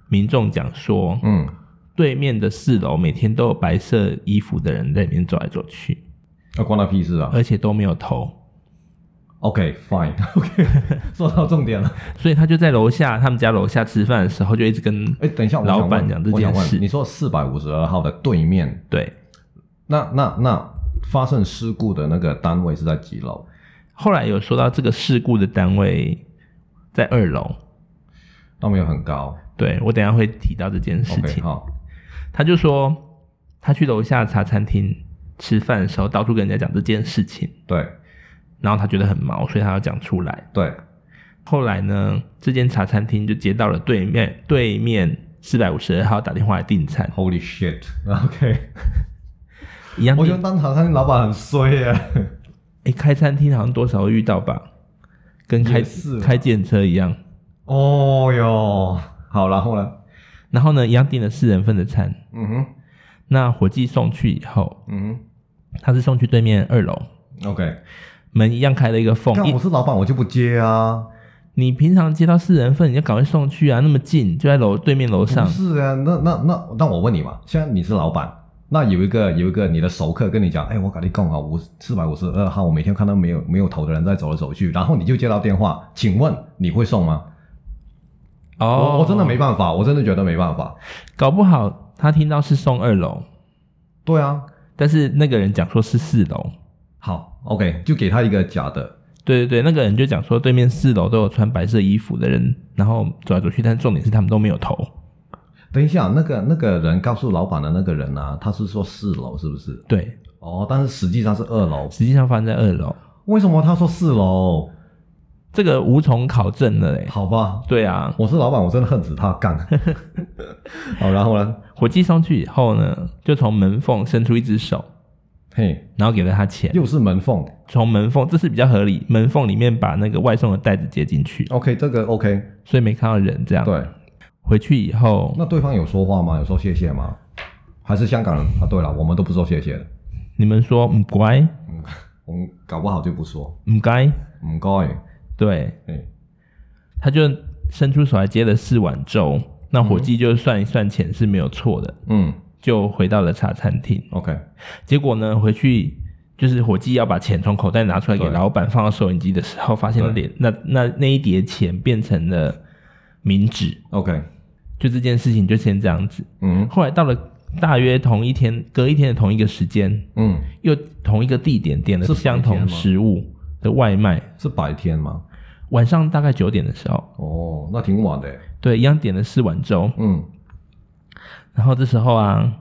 Speaker 1: 民众讲说，
Speaker 2: 嗯
Speaker 1: 对面的四楼每天都有白色衣服的人在里面走来走去，
Speaker 2: 那关他屁事啊
Speaker 1: 而且都没有头，
Speaker 2: *laughs* ？OK，Fine，OK，、
Speaker 1: *laughs*
Speaker 2: 说到重点了。
Speaker 1: 所以他就在楼下他们家楼下吃饭的时候，就一直跟
Speaker 2: 哎，等一下，我想
Speaker 1: 老板
Speaker 2: 问
Speaker 1: 讲这
Speaker 2: 我想
Speaker 1: 件
Speaker 2: 问
Speaker 1: 事
Speaker 2: 你说四百五十二号的对面，
Speaker 1: 对。
Speaker 2: 那那那发生事故的那个单位是在几楼？
Speaker 1: 后来有说到这个事故的单位在二楼，
Speaker 2: 那没有很高。
Speaker 1: 对我等一下会提到这件事
Speaker 2: OK，
Speaker 1: 情。
Speaker 2: 好，
Speaker 1: 他就说他去楼下茶餐厅吃饭的时候，到处跟人家讲这件事情，
Speaker 2: 对
Speaker 1: 然后他觉得很毛，所以他要讲出来。
Speaker 2: 对，
Speaker 1: 后来呢，这间茶餐厅就接到了对面对面四百五十二号打电话来订餐，
Speaker 2: Holy shit！OK， *laughs*
Speaker 1: 一样
Speaker 2: 我
Speaker 1: 订
Speaker 2: 觉得当茶餐厅老板很衰耶。 *laughs*
Speaker 1: 哎、开餐厅好像多少会遇到吧，跟开
Speaker 2: 也是啦
Speaker 1: 开电车一样。
Speaker 2: 哦哟，好，然后呢？
Speaker 1: 然后呢，一样订了四人份的餐。
Speaker 2: 嗯哼，
Speaker 1: 那伙计送去以后，
Speaker 2: 嗯
Speaker 1: 他是送去对面二楼，
Speaker 2: 哼，OK。哦
Speaker 1: 门一样开了一个缝。
Speaker 2: 但
Speaker 1: 一
Speaker 2: 我是老板，我就不接啊。
Speaker 1: 你平常接到四人份，你就赶快送去啊，那么近，就在楼对面楼
Speaker 2: 不
Speaker 1: 上。
Speaker 2: 是啊，那那那那我问你嘛，现在你是老板，那有一个有一个你的熟客跟你讲，哎，我跟你讲啊，五四百五十二号，我每天看到没有没有头的人在走来走去，然后你就接到电话，请问你会送吗？
Speaker 1: 哦
Speaker 2: 我我真的没，办法，我真的觉得没办法。
Speaker 1: 搞不好他听到是送二楼，
Speaker 2: 对啊，
Speaker 1: 但是那个人讲说是四楼，
Speaker 2: 好，OK，就给他一个假的，
Speaker 1: 对对对，那个人就讲说对面四楼都有穿白色衣服的人，然后走来走去，但重点是他们都没有头。
Speaker 2: 等一下，那个那个人告诉老板的那个人啊，他是说四楼是不是？
Speaker 1: 对，
Speaker 2: 哦，但是实际上是二楼。
Speaker 1: 实际上发生在二楼，
Speaker 2: 为什么他说四楼？
Speaker 1: 这个无从考证了嘞。
Speaker 2: 好吧，
Speaker 1: 对啊，
Speaker 2: 我是老板，我真的恨死他干。 *laughs* 好，然后呢？
Speaker 1: 火鸡送去以后呢，就从门缝伸出一只手，
Speaker 2: 嘿，
Speaker 1: 然后给了他钱，
Speaker 2: 又是门缝。
Speaker 1: 从门缝，这是比较合理，门缝里面把那个外送的袋子接进去，
Speaker 2: OK，这个 OK。
Speaker 1: 所以没看到人这样。，
Speaker 2: 对，
Speaker 1: 回去以后，
Speaker 2: 那对方有说话吗？有说谢谢吗？还是香港人啊？对了，我们都不说谢谢的，
Speaker 1: 你们说唔乖
Speaker 2: 我们搞不好就不说。
Speaker 1: 唔该，
Speaker 2: 唔该，
Speaker 1: 对，
Speaker 2: 嘿，
Speaker 1: 他就伸出手来接了四碗粥，那伙计就算一算钱是没有错的，
Speaker 2: 嗯
Speaker 1: 就回到了茶餐厅。
Speaker 2: ，OK，
Speaker 1: 结果呢，回去就是伙计要把钱从口袋拿出来给
Speaker 2: 对
Speaker 1: 老板放到收银机的时候，发现那
Speaker 2: 对
Speaker 1: 点那那那一叠钱变成了冥纸，
Speaker 2: OK，
Speaker 1: 就这件事情就先这样子。
Speaker 2: 嗯
Speaker 1: 后来到了大约同一天，隔一天的同一个时间，
Speaker 2: 嗯，
Speaker 1: 又同一个地点点了
Speaker 2: 是白
Speaker 1: 相
Speaker 2: 天
Speaker 1: 同
Speaker 2: 吗
Speaker 1: 食物的外卖，
Speaker 2: 是白天吗？
Speaker 1: 晚上大概九点的时候，
Speaker 2: 哦，那挺晚的。
Speaker 1: 对，一样点了四碗粥，
Speaker 2: 嗯，
Speaker 1: 然后这时候啊。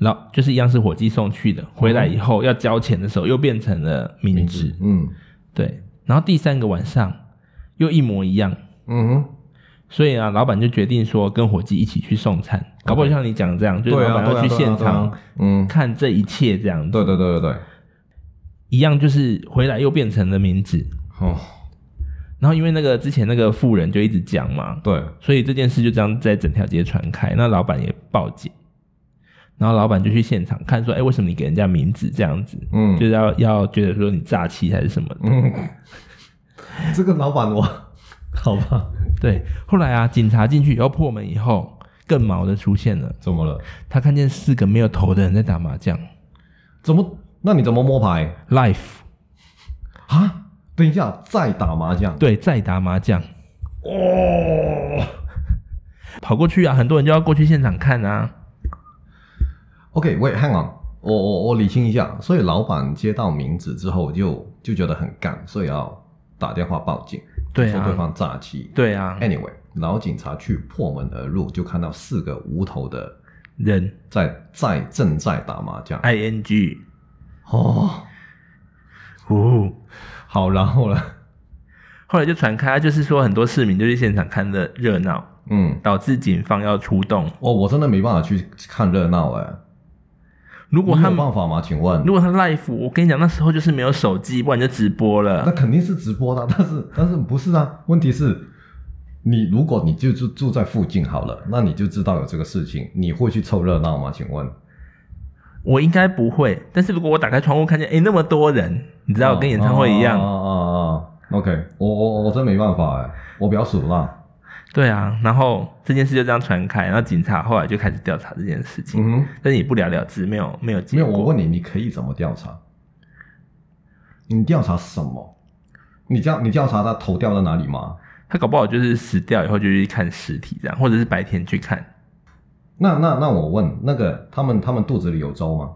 Speaker 1: 老就是一样是伙计送去的，回来以后要交钱的时候又变成了冥纸，
Speaker 2: 嗯
Speaker 1: 对，然后第三个晚上又一模一样，
Speaker 2: 嗯哼。
Speaker 1: 所以啊，老板就决定说跟伙计一起去送餐，搞不好像你讲的这样，就是
Speaker 2: 对
Speaker 1: 老
Speaker 2: 啊，
Speaker 1: 板要
Speaker 2: 对啊
Speaker 1: 去
Speaker 2: 对啊
Speaker 1: 现
Speaker 2: 对啊
Speaker 1: 场
Speaker 2: 嗯，
Speaker 1: 看这一切这样子，
Speaker 2: 对对对对对，
Speaker 1: 一样就是回来又变成了名字，
Speaker 2: 哦，
Speaker 1: 然后因为那个之前那个富人就一直讲嘛，
Speaker 2: 对，
Speaker 1: 所以这件事就这样在整条街传开，那老板也报警，然后老板就去现场看说，哎，为什么你给人家名字这样子？
Speaker 2: 嗯
Speaker 1: 就是要要觉得说你诈欺还是什么的，
Speaker 2: 嗯， *laughs* 这个
Speaker 1: *laughs*
Speaker 2: 老板我好吧，
Speaker 1: 对。后来啊，警察进去以后破门以后，更毛的出现了。
Speaker 2: 怎么了？
Speaker 1: 他看见四个没有头的人在打麻将
Speaker 2: 怎么？那你怎么摸牌
Speaker 1: ，life
Speaker 2: 啊？等一下，再打麻将
Speaker 1: 对，在打麻将，
Speaker 2: 哦。
Speaker 1: 跑过去啊，很多人就要过去现场看啊，
Speaker 2: OK，wait，hang on，我我我理清一下。所以老板接到名字之后就就觉得很干，所以要打电话报警，
Speaker 1: 对
Speaker 2: 说对
Speaker 1: 啊，
Speaker 2: 方诈欺。
Speaker 1: 对啊，
Speaker 2: Anyway，然后警察去破门而入，就看到四个无头的
Speaker 1: 人
Speaker 2: 在在正在打麻将。
Speaker 1: i n g，
Speaker 2: 哦，
Speaker 1: 哦，
Speaker 2: 好，然后呢？ *laughs*
Speaker 1: 后来就传开，啊就是说很多市民就去现场看的热闹，
Speaker 2: 嗯，
Speaker 1: 导致警方要出动。
Speaker 2: 我我真的没办法去看热闹哎。
Speaker 1: 如果
Speaker 2: 你
Speaker 1: 他
Speaker 2: 有
Speaker 1: 们
Speaker 2: 办法吗？请问
Speaker 1: 如，果他 life，我跟你讲，那时候就是没有手机，不然就直播
Speaker 2: 那
Speaker 1: 了。
Speaker 2: 肯定是直播的啊，但是但是不是啊？问题是，你如果你就住住在附近好了，那你就知道有这个事情，你会去凑热闹吗？请问，
Speaker 1: 我应该不会，但是如果我打开窗户看见，哎、那么多人，你知道，跟演唱会一样，
Speaker 2: 啊啊啊啊！OK，我我我真没办法哎，我比较属辣。
Speaker 1: 对啊，然后这件事就这样传开，然后警察后来就开始调查这件事情，
Speaker 2: 嗯哼，
Speaker 1: 但是也不了了之，没有没有结
Speaker 2: 没
Speaker 1: 果。
Speaker 2: 有，我问你，你可以怎么调查？你调查什么？你调你调查他头掉在哪里吗？
Speaker 1: 他搞不好就是死掉以后就去看尸体这样，或者是白天去看。
Speaker 2: 那那那我问，那个他们他们肚子里有粥吗？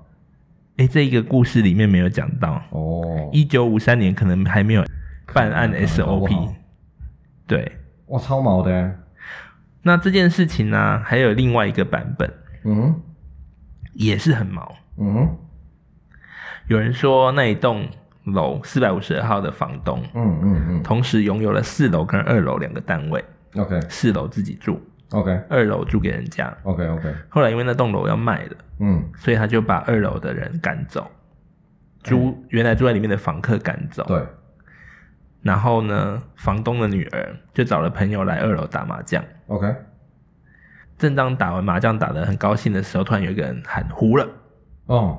Speaker 1: 哎，这一个故事里面没有讲到，
Speaker 2: 哦，
Speaker 1: 一九五三年可能还没有办案
Speaker 2: 可能搞不
Speaker 1: SOP
Speaker 2: 好。
Speaker 1: 对，
Speaker 2: 哇，超毛的欸，
Speaker 1: 那这件事情呢、还有另外一个版本
Speaker 2: 嗯哼
Speaker 1: 也是很毛。
Speaker 2: 嗯哼
Speaker 1: 有人说那一栋楼四百五十二号的房东，
Speaker 2: 嗯嗯
Speaker 1: 同时拥有了四楼跟二楼两个单位，
Speaker 2: 嗯，OK
Speaker 1: 四楼自己住，
Speaker 2: OK
Speaker 1: 二楼租给人家。
Speaker 2: OK OK，
Speaker 1: 后来因为那栋楼要卖了，
Speaker 2: 嗯，
Speaker 1: 所以他就把二楼的人赶走，租原来住在里面的房客赶走。
Speaker 2: 对，
Speaker 1: 然后呢，房东的女儿就找了朋友来二楼打麻将。
Speaker 2: OK，
Speaker 1: 正当打完麻将打得很高兴的时候，突然有一个人喊胡了，
Speaker 2: 哦，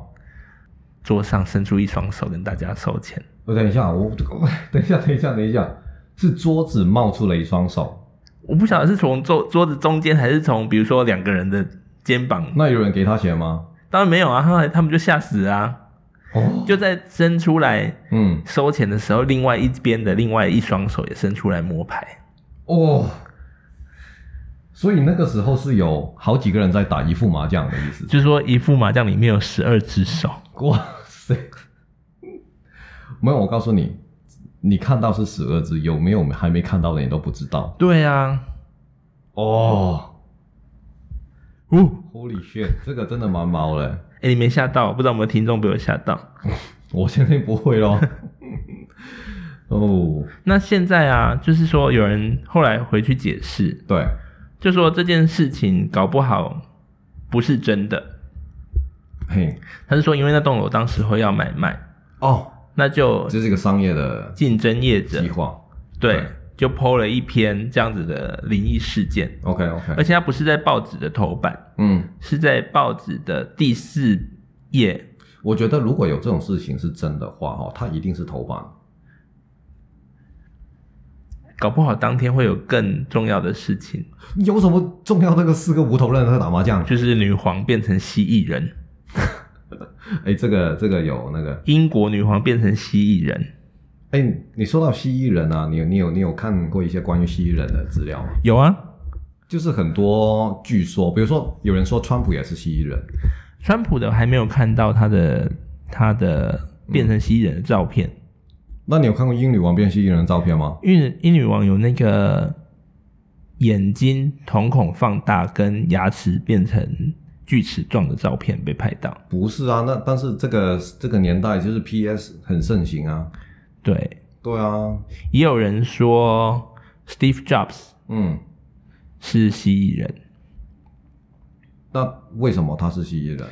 Speaker 1: 桌上伸出一双手跟大家收钱。
Speaker 2: 我呃等一下，我 *laughs* 等一下，等一下，等一下，是桌子冒出了一双手，
Speaker 1: 我不晓得是从桌桌子中间，还是从比如说两个人的肩膀，
Speaker 2: 那有人给他钱吗？
Speaker 1: 当然没有啊，后来他们就吓死了啊，
Speaker 2: 哦，
Speaker 1: 就在伸出来
Speaker 2: 嗯，
Speaker 1: 收钱的时候，另外一边的另外一双手也伸出来摸牌，
Speaker 2: 哦，所以那个时候是有好几个人在打一副麻将的意思。
Speaker 1: 就是说一副麻将里面有十二只手，
Speaker 2: 哇塞！没有，我告诉你，你看到是十二只，有没有还没看到的你都不知道。
Speaker 1: 对啊，
Speaker 2: 哦
Speaker 1: 哦，
Speaker 2: ，Holy shit，这个真的蛮毛嘞！
Speaker 1: 哎，你没吓到，不知道我们听众被我吓到。
Speaker 2: 我现在不会咯。 *laughs* 哦，
Speaker 1: 那现在啊，就是说有人后来回去解释，
Speaker 2: 对，
Speaker 1: 就说这件事情搞不好不是真的，
Speaker 2: 嘿，
Speaker 1: 他是说因为那栋楼当时候要买卖，
Speaker 2: 哦，
Speaker 1: 那就
Speaker 2: 这是一个商业的
Speaker 1: 竞争业者
Speaker 2: 计划。
Speaker 1: 对
Speaker 2: 对，
Speaker 1: 就 PO 了一篇这样子的灵异事件，
Speaker 2: OK OK，
Speaker 1: 而且它不是在报纸的头版，
Speaker 2: 嗯，
Speaker 1: 是在报纸的第四页。
Speaker 2: 我觉得如果有这种事情是真的话，哈，它一定是头版。
Speaker 1: 搞不好当天会有更重要的事情，
Speaker 2: 有什么重要？那个四个无头人在打麻将？
Speaker 1: 就是女皇变成蜥蜴人，
Speaker 2: 哎，这个这个有那个
Speaker 1: 英国女皇变成蜥蜴人。
Speaker 2: 哎、你说到蜥蜴人啊，你有你有你有看过一些关于蜥蜴人的资料吗？
Speaker 1: 有啊，
Speaker 2: 就是很多据说，比如说有人说川普也是蜥蜴人，
Speaker 1: 川普的还没有看到他的他的变成蜥蜴人的照片，
Speaker 2: 那你有看过英女王变蜥蜴人的照片吗？
Speaker 1: 因为英女王有那个眼睛瞳孔放大跟牙齿变成锯齿状的照片被拍到。
Speaker 2: 不是啊，那但是这个这个年代就是 PS 很盛行啊，
Speaker 1: 对，
Speaker 2: 对啊，
Speaker 1: 也有人说 Steve Jobs
Speaker 2: 嗯，
Speaker 1: 是蜥蜴人。
Speaker 2: 那为什么他是蜥蜴人？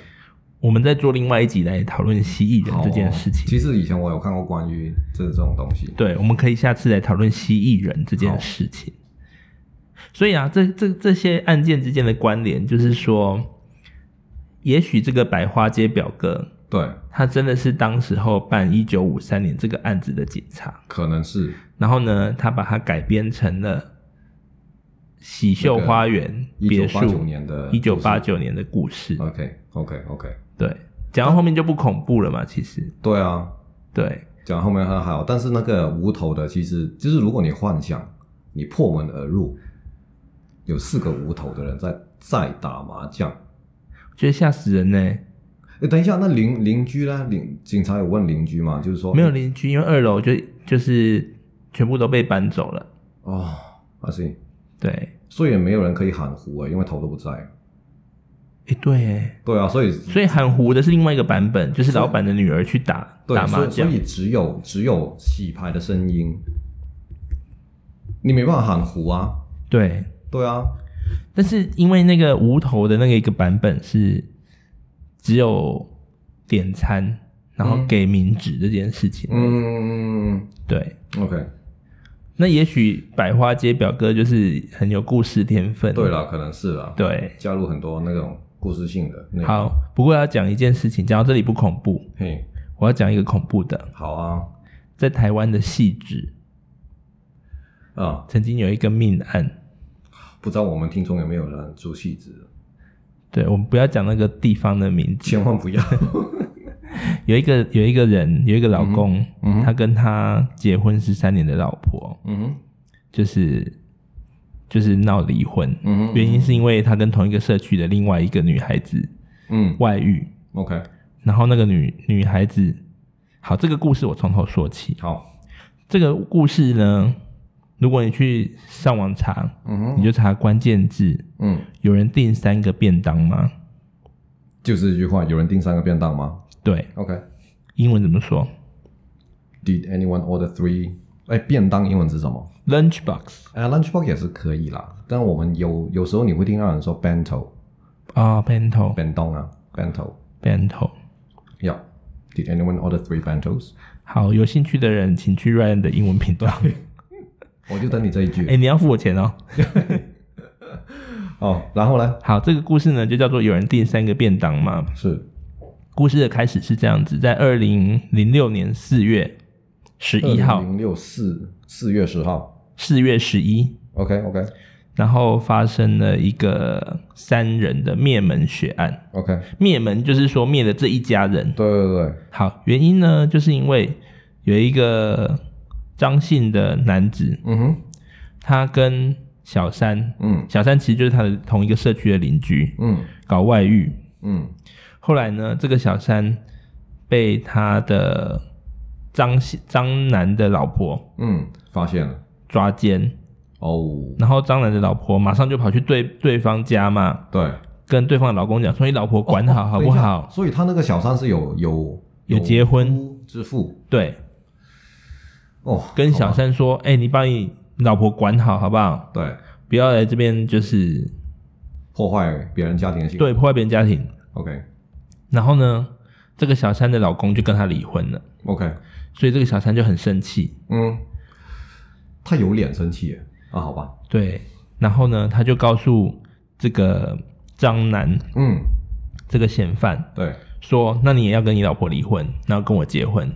Speaker 1: 我们在做另外一集来讨论蜥蜴人这件事
Speaker 2: 哦
Speaker 1: 情。
Speaker 2: 其实以前我有看过关于这这种东西，
Speaker 1: 对，我们可以下次来讨论蜥蜴人这件事情。所以啊，这这这些案件之间的关联，就是说，也许这个百花街表哥
Speaker 2: 对，
Speaker 1: 他真的是当时候办一九五三年这个案子的警察，
Speaker 2: 可能是
Speaker 1: 然后呢，他把它改编成了喜秀
Speaker 2: 那个
Speaker 1: 花园
Speaker 2: 一
Speaker 1: 别
Speaker 2: 九八九
Speaker 1: 墅
Speaker 2: 年的
Speaker 1: 一九八九年的故事。
Speaker 2: ，OK OK OK，
Speaker 1: 对，讲到后面就不恐怖了嘛，其实
Speaker 2: 对啊，
Speaker 1: 对，
Speaker 2: 讲后面还好，但是那个无头的，其实就是如果你幻想你破门而入，有四个无头的人在在打麻将。
Speaker 1: 觉得吓死人呢、
Speaker 2: 哎，等一下，那邻邻居呢？邻警察有问邻居吗？就是说
Speaker 1: 没有邻居，因为二楼就就是全部都被搬走了。
Speaker 2: 哦，阿信，
Speaker 1: 对，
Speaker 2: 所以也没有人可以喊胡啊，因为头都不在。
Speaker 1: 诶，对耶，
Speaker 2: 对啊，所以
Speaker 1: 所以喊胡的是另外一个版本，就是老板的女儿去打
Speaker 2: 啊对
Speaker 1: 打，
Speaker 2: 所
Speaker 1: 麻
Speaker 2: 以所
Speaker 1: 将。
Speaker 2: 以只有只有洗牌的声音，你没办法喊胡啊。
Speaker 1: 对，
Speaker 2: 对啊，
Speaker 1: 但是因为那个无头的那个一个版本是只有点餐，然后
Speaker 2: 嗯
Speaker 1: 给冥纸这件事情。
Speaker 2: 嗯
Speaker 1: 对。
Speaker 2: ，OK，
Speaker 1: 那也许百花街表哥就是很有故事天分。
Speaker 2: 对了，可能是了。
Speaker 1: 对，
Speaker 2: 加入很多那种故事性的内容。，
Speaker 1: 好。不过要讲一件事情，讲到这里不恐怖，
Speaker 2: 嘿，
Speaker 1: 我要讲一个恐怖的，
Speaker 2: 好啊，
Speaker 1: 在台湾的戏子
Speaker 2: 啊、
Speaker 1: 曾经有一个命案。
Speaker 2: 不知道我们听众有没有人住戏子，
Speaker 1: 对，我们不要讲那个地方的名字。
Speaker 2: *laughs* 千万不要。
Speaker 1: 有一个有一个人，有一个老公，
Speaker 2: 嗯哼
Speaker 1: 他跟他结婚十三年的老婆，
Speaker 2: *laughs* 嗯哼，
Speaker 1: 就是就是闹离婚，
Speaker 2: 嗯哼，
Speaker 1: 原因是因为他跟同一个社区的另外一个女孩子
Speaker 2: 嗯
Speaker 1: 外遇，
Speaker 2: ，OK，
Speaker 1: 然后那个女女孩子，好，这个故事我从头说起。
Speaker 2: 好，
Speaker 1: 这个故事呢，如果你去上网查，
Speaker 2: 嗯
Speaker 1: 你
Speaker 2: 哼，
Speaker 1: 就查关键字，
Speaker 2: 嗯，
Speaker 1: 有人订三个便当吗？
Speaker 2: 就是这句话，有人订三个便当吗
Speaker 1: 对，
Speaker 2: ？OK，Did、
Speaker 1: 英文怎么说
Speaker 2: anyone order three？哎，便当英文是什么？
Speaker 1: ？Lunchbox
Speaker 2: 哎、l u n c h b o x 也是可以啦，但我们有有时候你会听到人说 bento，
Speaker 1: 啊、b e n t o
Speaker 2: 便当啊，bento。
Speaker 1: bento。
Speaker 2: Yeah，Did anyone order three bentos？
Speaker 1: 好，有兴趣的人请去 Ryan 的英文频道。
Speaker 2: 我就等你这一
Speaker 1: *laughs*
Speaker 2: 句。
Speaker 1: 哎、你要付我钱哦。
Speaker 2: 哦，然后呢？
Speaker 1: 好，这个故事呢就叫做有人订三个便当嘛。
Speaker 2: 是，
Speaker 1: 故事的开始是这样子，在二零零六年四月十一号，
Speaker 2: 零六四四月十号。
Speaker 1: 四月十一，
Speaker 2: OK OK，
Speaker 1: 然后发生了一个三人的灭门血案。
Speaker 2: OK，
Speaker 1: 灭门就是说灭了这一家人。
Speaker 2: 对对对，
Speaker 1: 好，原因呢，就是因为有一个张姓的男子，
Speaker 2: 嗯哼，
Speaker 1: 他跟小三，
Speaker 2: 嗯
Speaker 1: 小三其实就是他的同一个社区的邻居，
Speaker 2: 嗯
Speaker 1: 搞外遇。
Speaker 2: 嗯
Speaker 1: 后来呢，这个小三被他的张姓张男的老婆
Speaker 2: 嗯，发现了，
Speaker 1: 抓奸，
Speaker 2: 哦，
Speaker 1: 然后张男的老婆马上就跑去对对方家嘛，
Speaker 2: 对，
Speaker 1: 跟对方的老公讲说：“哎你老婆哦管啊好好不好？”
Speaker 2: 所以他那个小三是有有
Speaker 1: 有结婚
Speaker 2: 夫之父
Speaker 1: 对，
Speaker 2: 哦，
Speaker 1: 跟
Speaker 2: 好
Speaker 1: 小
Speaker 2: 吧
Speaker 1: 三说：“哎、你把你老婆管好好不好？
Speaker 2: 对
Speaker 1: 不要来这边就是
Speaker 2: 破坏别人家庭的幸福。
Speaker 1: 对破坏别人家庭。
Speaker 2: ，OK ”
Speaker 1: 然后呢，这个小三的老公就跟她离婚了，
Speaker 2: OK，
Speaker 1: 所以这个小三就很生气。
Speaker 2: 嗯，他有脸生气耶啊？好吧，
Speaker 1: 对，然后呢，她就告诉这个张楠
Speaker 2: 嗯，
Speaker 1: 这个嫌犯
Speaker 2: 对，
Speaker 1: 说：“那你也要跟你老婆离婚，然后跟我结婚。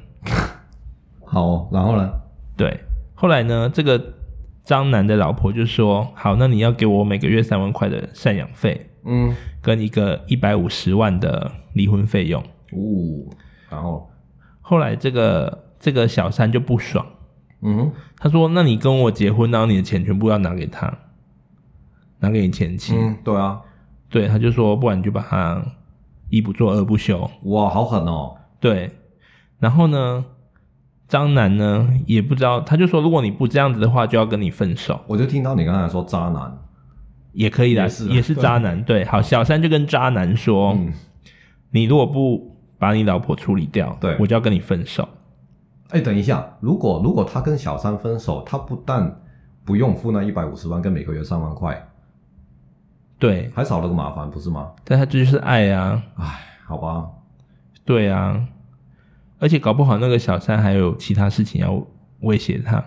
Speaker 2: 好哦、然后呢？”
Speaker 1: 对，后来呢，这个张楠的老婆就说：“好，那你要给我每个月三万块的赡养费，
Speaker 2: 嗯，
Speaker 1: 跟一个一百五十万的离婚费用。”
Speaker 2: 呜、然后，
Speaker 1: 后来这个这个小三就不爽，
Speaker 2: 嗯哼
Speaker 1: 他说：“那你跟我结婚，然后你的钱全部要拿给他，拿给你前妻。
Speaker 2: 嗯，对啊，
Speaker 1: 对，他就说：“不然你就把他一不做二不休。
Speaker 2: 哇，好狠哦，”
Speaker 1: 对，然后呢，张楠呢也不知道，他就说：“如果你不这样子的话，就要跟你分手。
Speaker 2: 我就听到你刚才说渣男，”
Speaker 1: 也可以的，
Speaker 2: 也是啊
Speaker 1: 也是渣
Speaker 2: *laughs*
Speaker 1: 男。对，好，小三就跟渣男说：“
Speaker 2: 嗯，
Speaker 1: 你如果不把你老婆处理掉，
Speaker 2: 对
Speaker 1: 我就要跟你分手。
Speaker 2: 哎，等一下，如果如果他跟小三分手，他不但不用付那一百五十万跟每个月三万块，”
Speaker 1: 对，
Speaker 2: 还少了个麻烦，不是吗？
Speaker 1: 但他这就是爱啊。
Speaker 2: 唉，好吧，
Speaker 1: 对啊，而且搞不好那个小三还有其他事情要威胁他。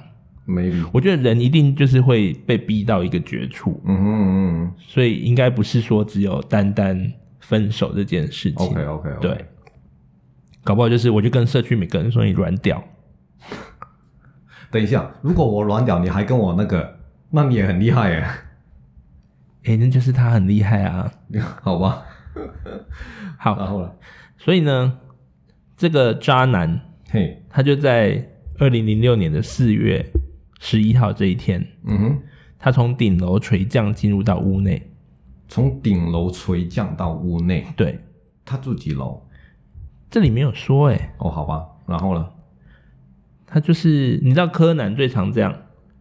Speaker 2: maybe，
Speaker 1: 我觉得人一定就是会被逼到一个绝处，
Speaker 2: 嗯哼嗯哼
Speaker 1: 所以应该不是说只有单单分手这件事情。
Speaker 2: ，OK OK OK，
Speaker 1: 对，搞不好就是我就跟社区每个人说你软屌，
Speaker 2: 等一下，如果我软屌，你还跟我那个，那你也很厉害耶， *laughs*
Speaker 1: 哎、那就是他很厉害啊。
Speaker 2: 好吧？然
Speaker 1: 好，
Speaker 2: 后呢？
Speaker 1: 所以呢，这个渣男
Speaker 2: 嘿，
Speaker 1: 他就在二零零六年的四月十一号这一天，
Speaker 2: 嗯哼，
Speaker 1: 他从顶楼垂降进入到屋内，
Speaker 2: 从顶楼垂降到屋内，
Speaker 1: 对。
Speaker 2: 他住几楼？
Speaker 1: 这里没有说哎、
Speaker 2: 哦，好吧，然后呢？
Speaker 1: 他就是你知道柯南最常这样，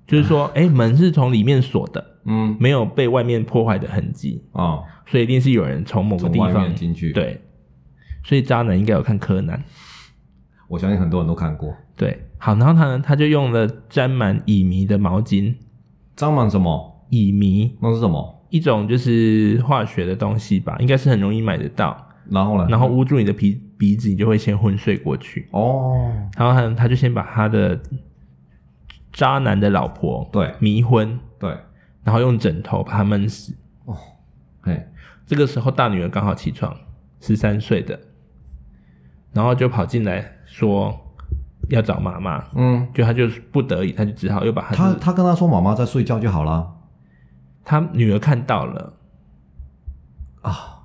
Speaker 1: 就是说哎、诶门是从里面锁的，
Speaker 2: 嗯，
Speaker 1: 没有被外面破坏的痕迹，
Speaker 2: 啊、
Speaker 1: 所以一定是有人从某个
Speaker 2: 从
Speaker 1: 地
Speaker 2: 外
Speaker 1: 方
Speaker 2: 面进去，，
Speaker 1: 对，所以渣男应该有看柯南
Speaker 2: 我相信很多人都看过。
Speaker 1: 对。好，然后他呢，他就用了沾满乙醚的毛巾，
Speaker 2: 蟑螂什么？
Speaker 1: 乙醚
Speaker 2: 那是什么？
Speaker 1: 一种就是化学的东西吧，应该是很容易买得到，
Speaker 2: 然后呢？
Speaker 1: 然后捂住你的鼻鼻子，你就会先昏睡过去。
Speaker 2: 哦，
Speaker 1: 然后他他就先把他的渣男的老婆
Speaker 2: 对
Speaker 1: 迷昏，
Speaker 2: 对，
Speaker 1: 然后用枕头把他闷死。
Speaker 2: 嘿，
Speaker 1: 这个时候，大女儿刚好起床，十三岁的，然后就跑进来说要找妈妈，
Speaker 2: 嗯，
Speaker 1: 就她就不得已，她就只好又把她
Speaker 2: 他他跟他说妈妈在睡觉就好啦。
Speaker 1: 她女儿看到了，
Speaker 2: 啊，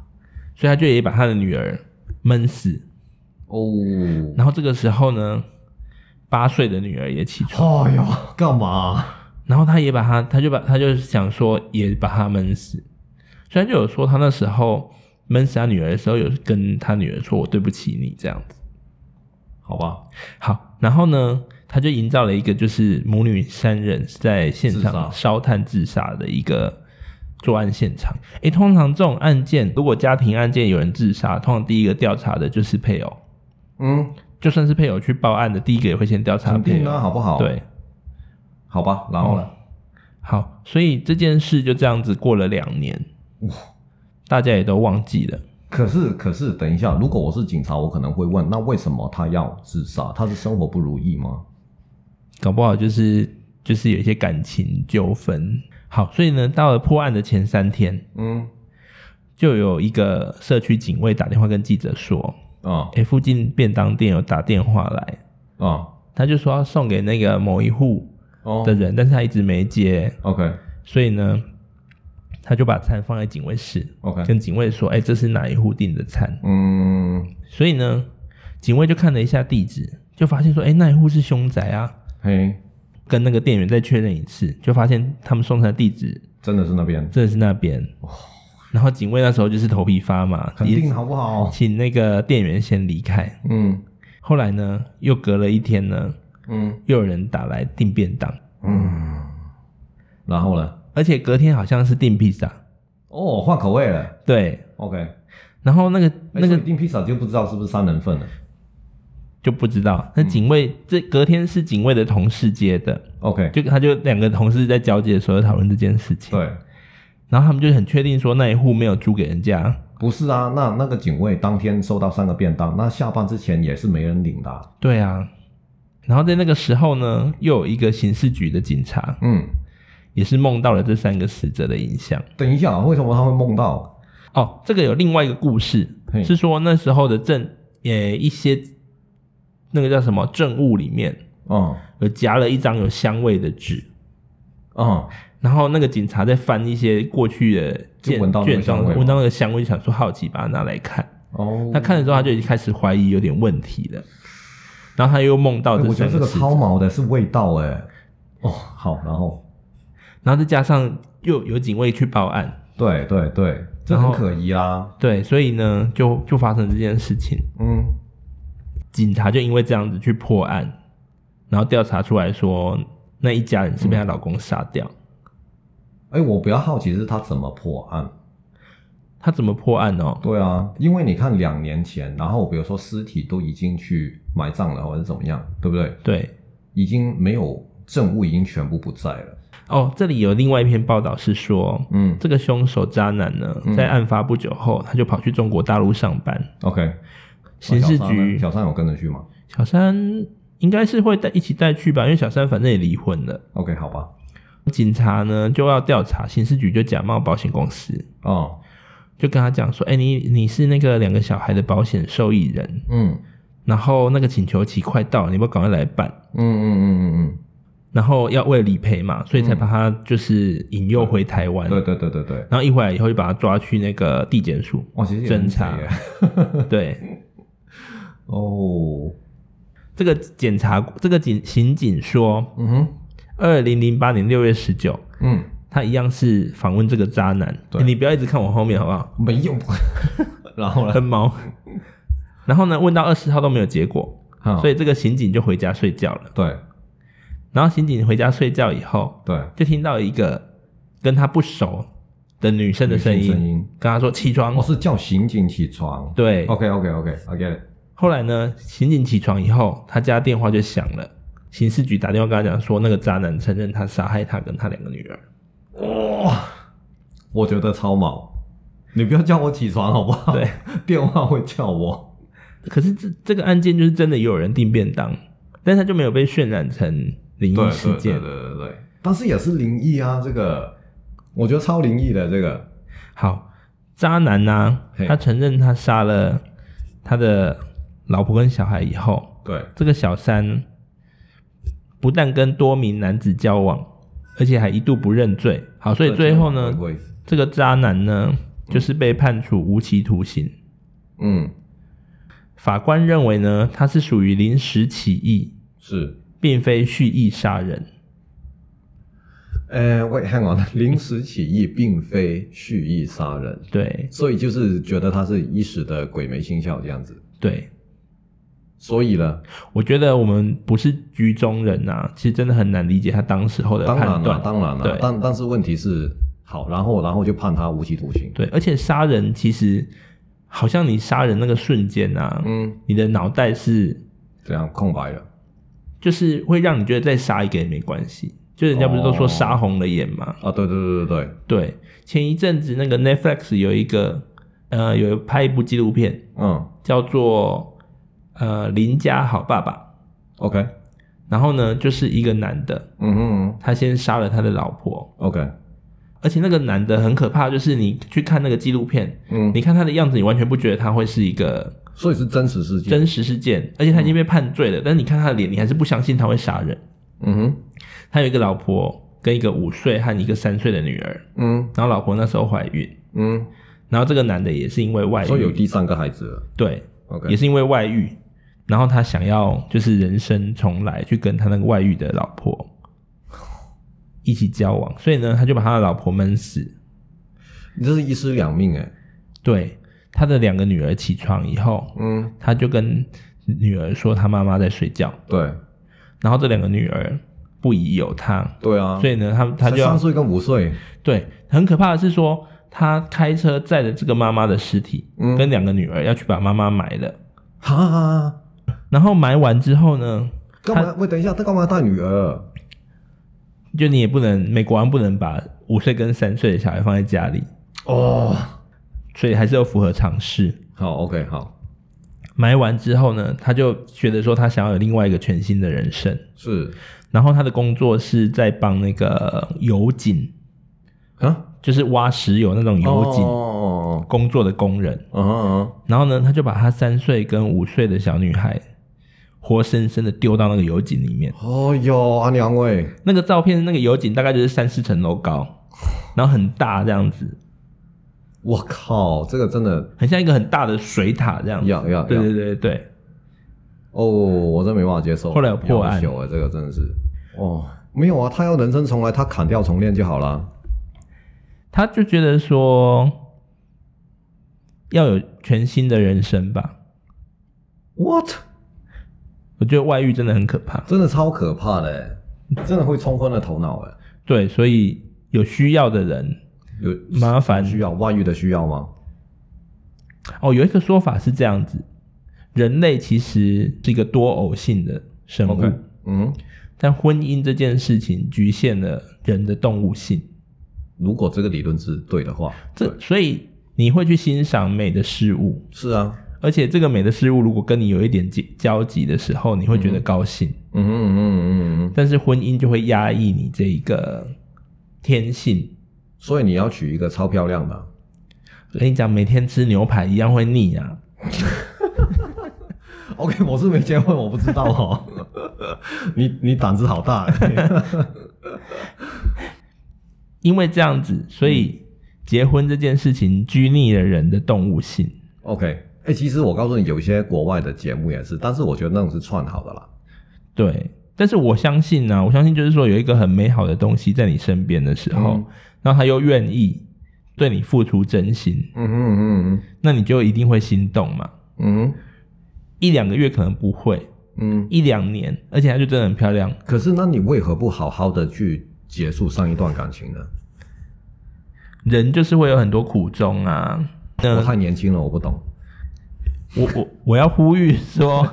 Speaker 1: 所以她就也把她的女儿闷死。
Speaker 2: 哦，
Speaker 1: 然后这个时候呢，八岁的女儿也起床，
Speaker 2: 哎呦，干嘛？
Speaker 1: 然后她也把她，她就把她就想说也把她闷死。虽然就有说她那时候闷死她女儿的时候，有跟她女儿说我对不起你这样子。
Speaker 2: 好吧，
Speaker 1: 好，然后呢，他就营造了一个就是母女三人在现
Speaker 2: 自
Speaker 1: 场
Speaker 2: 杀
Speaker 1: 烧炭自杀的一个作案现场。诶，通常这种案件，如果家庭案件有人自杀，通常第一个调查的就是配偶，
Speaker 2: 嗯，
Speaker 1: 就算是配偶去报案的，第一个也会先调查
Speaker 2: 肯
Speaker 1: 配
Speaker 2: 定啦，
Speaker 1: 偶。
Speaker 2: 好不好？，
Speaker 1: 对，嗯
Speaker 2: 好吧，然后呢？
Speaker 1: 好，所以这件事就这样子过了两年，
Speaker 2: 哇
Speaker 1: 大家也都忘记了。
Speaker 2: 可是可是，等一下，如果我是警察，我可能会问，那为什么他要自杀？他是生活不如意吗？
Speaker 1: 搞不好就是就是有一些感情纠纷。好，所以呢，到了破案的前三天，
Speaker 2: 嗯，
Speaker 1: 就有一个社区警卫打电话跟记者说，
Speaker 2: 啊
Speaker 1: 哎、附近便当店有打电话来，
Speaker 2: 啊
Speaker 1: 他就说要送给那个某一户
Speaker 2: 哦
Speaker 1: 的人，但是他一直没接，
Speaker 2: ，OK，
Speaker 1: 所以呢，他就把餐放在警卫室，
Speaker 2: OK，
Speaker 1: 跟警卫说：“哎、这是哪一户订的餐
Speaker 2: 嗯，？”
Speaker 1: 所以呢，警卫就看了一下地址，就发现说：“哎、那一户是凶宅啊。
Speaker 2: 嘿，”
Speaker 1: 跟那个店员再确认一次，就发现他们送餐的地址
Speaker 2: 真的是那边，
Speaker 1: 真的是那边。然后警卫那时候就是头皮发麻，
Speaker 2: 肯定好不好？
Speaker 1: 请那个店员先离开。
Speaker 2: 嗯
Speaker 1: 后来呢，又隔了一天呢，
Speaker 2: 嗯
Speaker 1: 又有人打来订便当，
Speaker 2: 嗯，然后呢？
Speaker 1: 而且隔天好像是订披萨。
Speaker 2: 哦，换口味了
Speaker 1: 对，
Speaker 2: ，OK，
Speaker 1: 然后那个
Speaker 2: 那
Speaker 1: 那
Speaker 2: 个
Speaker 1: 个
Speaker 2: 订披萨就不知道是不是三人份了
Speaker 1: 就不知道，那警卫、这隔天是警卫的同事接的，
Speaker 2: ，OK，
Speaker 1: 就他就两个同事在交接的时候讨论这件事情，
Speaker 2: 对，
Speaker 1: 然后他们就很确定说那一户没有租给人家，
Speaker 2: 不是啊，那那个警卫当天收到三个便当，那下班之前也是没人领的啊、
Speaker 1: 对啊，然后在那个时候呢，又有一个刑事局的警察
Speaker 2: 嗯，
Speaker 1: 也是梦到了这三个死者的影像。
Speaker 2: 等一下，为什么他会梦到？
Speaker 1: 哦，这个有另外一个故事
Speaker 2: 嘿，
Speaker 1: 是说那时候的证，呃，一些那个叫什么证物里面
Speaker 2: 嗯
Speaker 1: 有夹了一张有香味的纸，
Speaker 2: 嗯，
Speaker 1: 然后那个警察在翻一些过去的
Speaker 2: 就
Speaker 1: 卷
Speaker 2: 闻到那个
Speaker 1: 卷
Speaker 2: 香
Speaker 1: 宗，
Speaker 2: 味吗
Speaker 1: 闻到那个香味，就想说好奇把它拿来看。
Speaker 2: 哦，
Speaker 1: 他看的时候，他就已经开始怀疑有点问题了。然后他又梦到
Speaker 2: 哎
Speaker 1: 这
Speaker 2: 我觉
Speaker 1: 三
Speaker 2: 得这个
Speaker 1: 死
Speaker 2: 超
Speaker 1: 者
Speaker 2: 毛的是味道哎、哦，好，然后
Speaker 1: 然后再加上又有警卫去报案，
Speaker 2: 对对对，这
Speaker 1: 然
Speaker 2: 很
Speaker 1: 后
Speaker 2: 可疑啊啦。
Speaker 1: 对，所以呢，就就发生这件事情。
Speaker 2: 嗯，
Speaker 1: 警察就因为这样子去破案，然后调查出来说那一家人是被她老公杀掉。
Speaker 2: 哎，我比较好奇是他怎么破案。
Speaker 1: 她怎么破案哦？
Speaker 2: 对啊，因为你看两年前，然后比如说尸体都已经去埋葬了，或者怎么样，对不对？
Speaker 1: 对，
Speaker 2: 已经没有证物，已经全部不在了。
Speaker 1: 哦，这里有另外一篇报道是说，
Speaker 2: 嗯
Speaker 1: 这个凶手渣男呢，在案发不久后，他就跑去中国大陆上班。
Speaker 2: ，OK。
Speaker 1: 刑事
Speaker 2: 小三呢
Speaker 1: 局
Speaker 2: 小三有跟着去吗
Speaker 1: 小三应该是会带一起带去吧，因为小三反正也离婚了。
Speaker 2: ？OK，好吧。
Speaker 1: 警察呢就要调查，刑事局就假冒保险公司，
Speaker 2: 哦，
Speaker 1: 就跟他讲说：“哎、你你是那个两个小孩的保险受益人，
Speaker 2: 嗯
Speaker 1: 然后那个请求期快到，你要不要赶快来办？
Speaker 2: 嗯嗯嗯嗯
Speaker 1: 然后要为了理赔嘛，所以才把他就是引诱回台湾。
Speaker 2: 嗯，对对对对对。
Speaker 1: 然后一回来以后就把他抓去那个地检署，
Speaker 2: 哇，其实也很
Speaker 1: 侦查
Speaker 2: 贼耶 *laughs*
Speaker 1: 对。”
Speaker 2: 哦，
Speaker 1: 这个检察这个警刑警说，
Speaker 2: 嗯哼，
Speaker 1: 二零零八年六月十九，
Speaker 2: 嗯，
Speaker 1: 他一样是访问这个渣男。
Speaker 2: 对
Speaker 1: 你不要一直看我后面好不好？
Speaker 2: 没
Speaker 1: *laughs*
Speaker 2: 有。然后呢？
Speaker 1: 很
Speaker 2: *laughs*
Speaker 1: 毛。然后呢，问到二十号都没有结果，
Speaker 2: 好
Speaker 1: 所以这个刑警就回家睡觉了。
Speaker 2: 对
Speaker 1: 然后刑警回家睡觉以后，
Speaker 2: 对，
Speaker 1: 就听到一个跟他不熟的女生的声
Speaker 2: 女
Speaker 1: 音，
Speaker 2: 性声音哦
Speaker 1: 跟他说起床。
Speaker 2: 我是叫刑警起床。
Speaker 1: 对
Speaker 2: OK OK OK，I get it。
Speaker 1: 后来呢，刑警起床以后，他家电话就响了。刑事局打电话跟他讲说，那个渣男承认他杀害他跟他两个女儿。
Speaker 2: 我觉得超毛，你不要叫我起床好不好？ *laughs*
Speaker 1: 对，
Speaker 2: 电话会叫我。
Speaker 1: 可是这这个案件就是真的有人订便当，但是他就没有被渲染成灵
Speaker 2: 对
Speaker 1: 异
Speaker 2: 对
Speaker 1: 事
Speaker 2: 对
Speaker 1: 件
Speaker 2: 对。对对，但是也是灵异啊，这个我觉得超灵异的这个。
Speaker 1: 好，渣男呐、
Speaker 2: 嘿
Speaker 1: 他承认他杀了他的老婆跟小孩以后，
Speaker 2: 对，
Speaker 1: 这个小三不但跟多名男子交往，而且还一度不认罪。好，所以最后呢，
Speaker 2: 会，
Speaker 1: 这个渣男呢就是被判处无期徒刑。
Speaker 2: 嗯，
Speaker 1: 法官认为呢，他是属于临时起意，
Speaker 2: 是。
Speaker 1: 并非蓄意杀人。
Speaker 2: 呃，喂，hang on，临 *laughs* 时起意并非蓄意杀人，
Speaker 1: 对
Speaker 2: 所以就是觉得他是一时的鬼迷心窍这样子。
Speaker 1: 对，
Speaker 2: 所以呢，
Speaker 1: 我觉得我们不是局中人啊，其实真的很难理解他当时候的
Speaker 2: 当
Speaker 1: 判
Speaker 2: 然了、
Speaker 1: 断。
Speaker 2: 当然了、啊
Speaker 1: 对
Speaker 2: 但但是问题是，好，然后然后就判他无期徒刑。
Speaker 1: 对，而且杀人其实好像你杀人那个瞬间啊，
Speaker 2: 嗯，
Speaker 1: 你的脑袋是
Speaker 2: 这样空白了。
Speaker 1: 就是会让你觉得再杀一个也没关系。就人家不是都说
Speaker 2: 哦
Speaker 1: 杀红了眼吗？
Speaker 2: 啊，对对对对对，
Speaker 1: 对，前一阵子那个 Netflix 有一个呃有拍一部纪录片
Speaker 2: 嗯
Speaker 1: 叫做呃邻家好爸爸，
Speaker 2: ，OK，
Speaker 1: 然后呢就是一个男的，
Speaker 2: 嗯哼嗯
Speaker 1: 他先杀了他的老婆，
Speaker 2: ，OK，
Speaker 1: 而且那个男的很可怕，就是你去看那个纪录片，
Speaker 2: 嗯，
Speaker 1: 你看他的样子，你完全不觉得他会是一个
Speaker 2: 所以是真实事件。
Speaker 1: 真实事件，而且他已经被判罪了，但是你看他的脸，你还是不相信他会杀人。
Speaker 2: 嗯哼，
Speaker 1: 他有一个老婆，跟一个五岁和一个三岁的女儿，
Speaker 2: 嗯
Speaker 1: 然后老婆那时候怀孕，
Speaker 2: 嗯，
Speaker 1: 然后这个男的也是因为外
Speaker 2: 说有
Speaker 1: 遇，
Speaker 2: 第三个孩子了
Speaker 1: 对，也
Speaker 2: ，OK，
Speaker 1: 是因为外遇，然后他想要就是人生重来，去跟他那个外遇的老婆一起交往，所以呢，他就把他的老婆闷死。
Speaker 2: 你这是一尸两命哎，
Speaker 1: 对，他的两个女儿起床以后，
Speaker 2: 嗯，
Speaker 1: 他就跟女儿说他妈妈在睡觉，
Speaker 2: 对
Speaker 1: 然后这两个女儿不疑有他，
Speaker 2: 对啊，
Speaker 1: 所以呢，他他
Speaker 2: 才
Speaker 1: 就要
Speaker 2: 三岁跟五岁，
Speaker 1: 对，很可怕的是说，他开车载着这个妈妈的尸体，
Speaker 2: 嗯
Speaker 1: 跟两个女儿要去把妈妈埋了。
Speaker 2: 哈哈哈，
Speaker 1: 然后埋完之后呢，
Speaker 2: 干嘛？喂，等一下，他干嘛带女儿？
Speaker 1: 就你也不能，美国人不能把五岁跟三岁的小孩放在家里，
Speaker 2: 哦，
Speaker 1: 所以还是要符合常识。
Speaker 2: 好，OK，好，
Speaker 1: 埋完之后呢，他就觉得说他想要有另外一个全新的人生。
Speaker 2: 是
Speaker 1: 然后他的工作是在帮那个油井，
Speaker 2: 啊，
Speaker 1: 就是挖石油那种油井
Speaker 2: 哦，
Speaker 1: 工作的工人。
Speaker 2: 哦哦哦，
Speaker 1: 然后呢，他就把他三岁跟五岁的小女孩活生生的丢到那个油井里面。
Speaker 2: 哦哟，阿娘喂，
Speaker 1: 那个照片，那个油井大概就是三四层楼高，然后很大这样子，
Speaker 2: 我靠，这个真的，
Speaker 1: 很像一个很大的水塔这样子。
Speaker 2: 要要
Speaker 1: 对
Speaker 2: 要
Speaker 1: 对对对，
Speaker 2: 哦，我真没办法接受。
Speaker 1: 后来有破案
Speaker 2: 有啊，这个真的是，哦，没有啊，他要人生重来，他砍掉重练就好了。
Speaker 1: 他就觉得说要有全新的人生吧。
Speaker 2: What？
Speaker 1: 我觉得外遇真的很可怕，
Speaker 2: 真的超可怕的欸，真的会冲昏了头脑哎。
Speaker 1: 对，所以有需要的人
Speaker 2: 有
Speaker 1: 麻烦
Speaker 2: 需要外遇的需要吗？
Speaker 1: 哦，有一个说法是这样子：人类其实是一个多偶性的生物
Speaker 2: OK 嗯，
Speaker 1: 但婚姻这件事情局限了人的动物性。
Speaker 2: 如果这个理论是对的话，对
Speaker 1: 这所以你会去欣赏美的事物，
Speaker 2: 是啊，
Speaker 1: 而且这个美的事物如果跟你有一点交交集的时候，你会觉得高兴。
Speaker 2: 嗯哼嗯哼嗯哼嗯哼，
Speaker 1: 但是婚姻就会压抑你这一个天性。
Speaker 2: 所以你要娶一个超漂亮的，啊
Speaker 1: 我跟你讲，每天吃牛排一样会腻啊。
Speaker 2: OK，我是没结婚，我不知道哦。 *laughs* 你你胆子好大
Speaker 1: *laughs*
Speaker 2: 欸，
Speaker 1: 因为这样子，所以结婚这件事情拘泥了人的动物性。
Speaker 2: OK，哎、其实我告诉你，有一些国外的节目也是，但是我觉得那种是串好的啦。
Speaker 1: 对，但是我相信呢、我相信就是说有一个很美好的东西在你身边的时候，
Speaker 2: 嗯
Speaker 1: 然后他又愿意对你付出真心，
Speaker 2: 嗯哼嗯
Speaker 1: 那你就一定会心动嘛。
Speaker 2: 哼嗯
Speaker 1: 一两个月可能不会，
Speaker 2: 嗯嗯。
Speaker 1: 一两年，而且她就真的很漂亮。
Speaker 2: 可是，那你为何不好好的去结束上一段感情呢？
Speaker 1: 人就是会有很多苦衷啊。那
Speaker 2: 我太年轻了，我不懂。
Speaker 1: 我我我要呼吁说，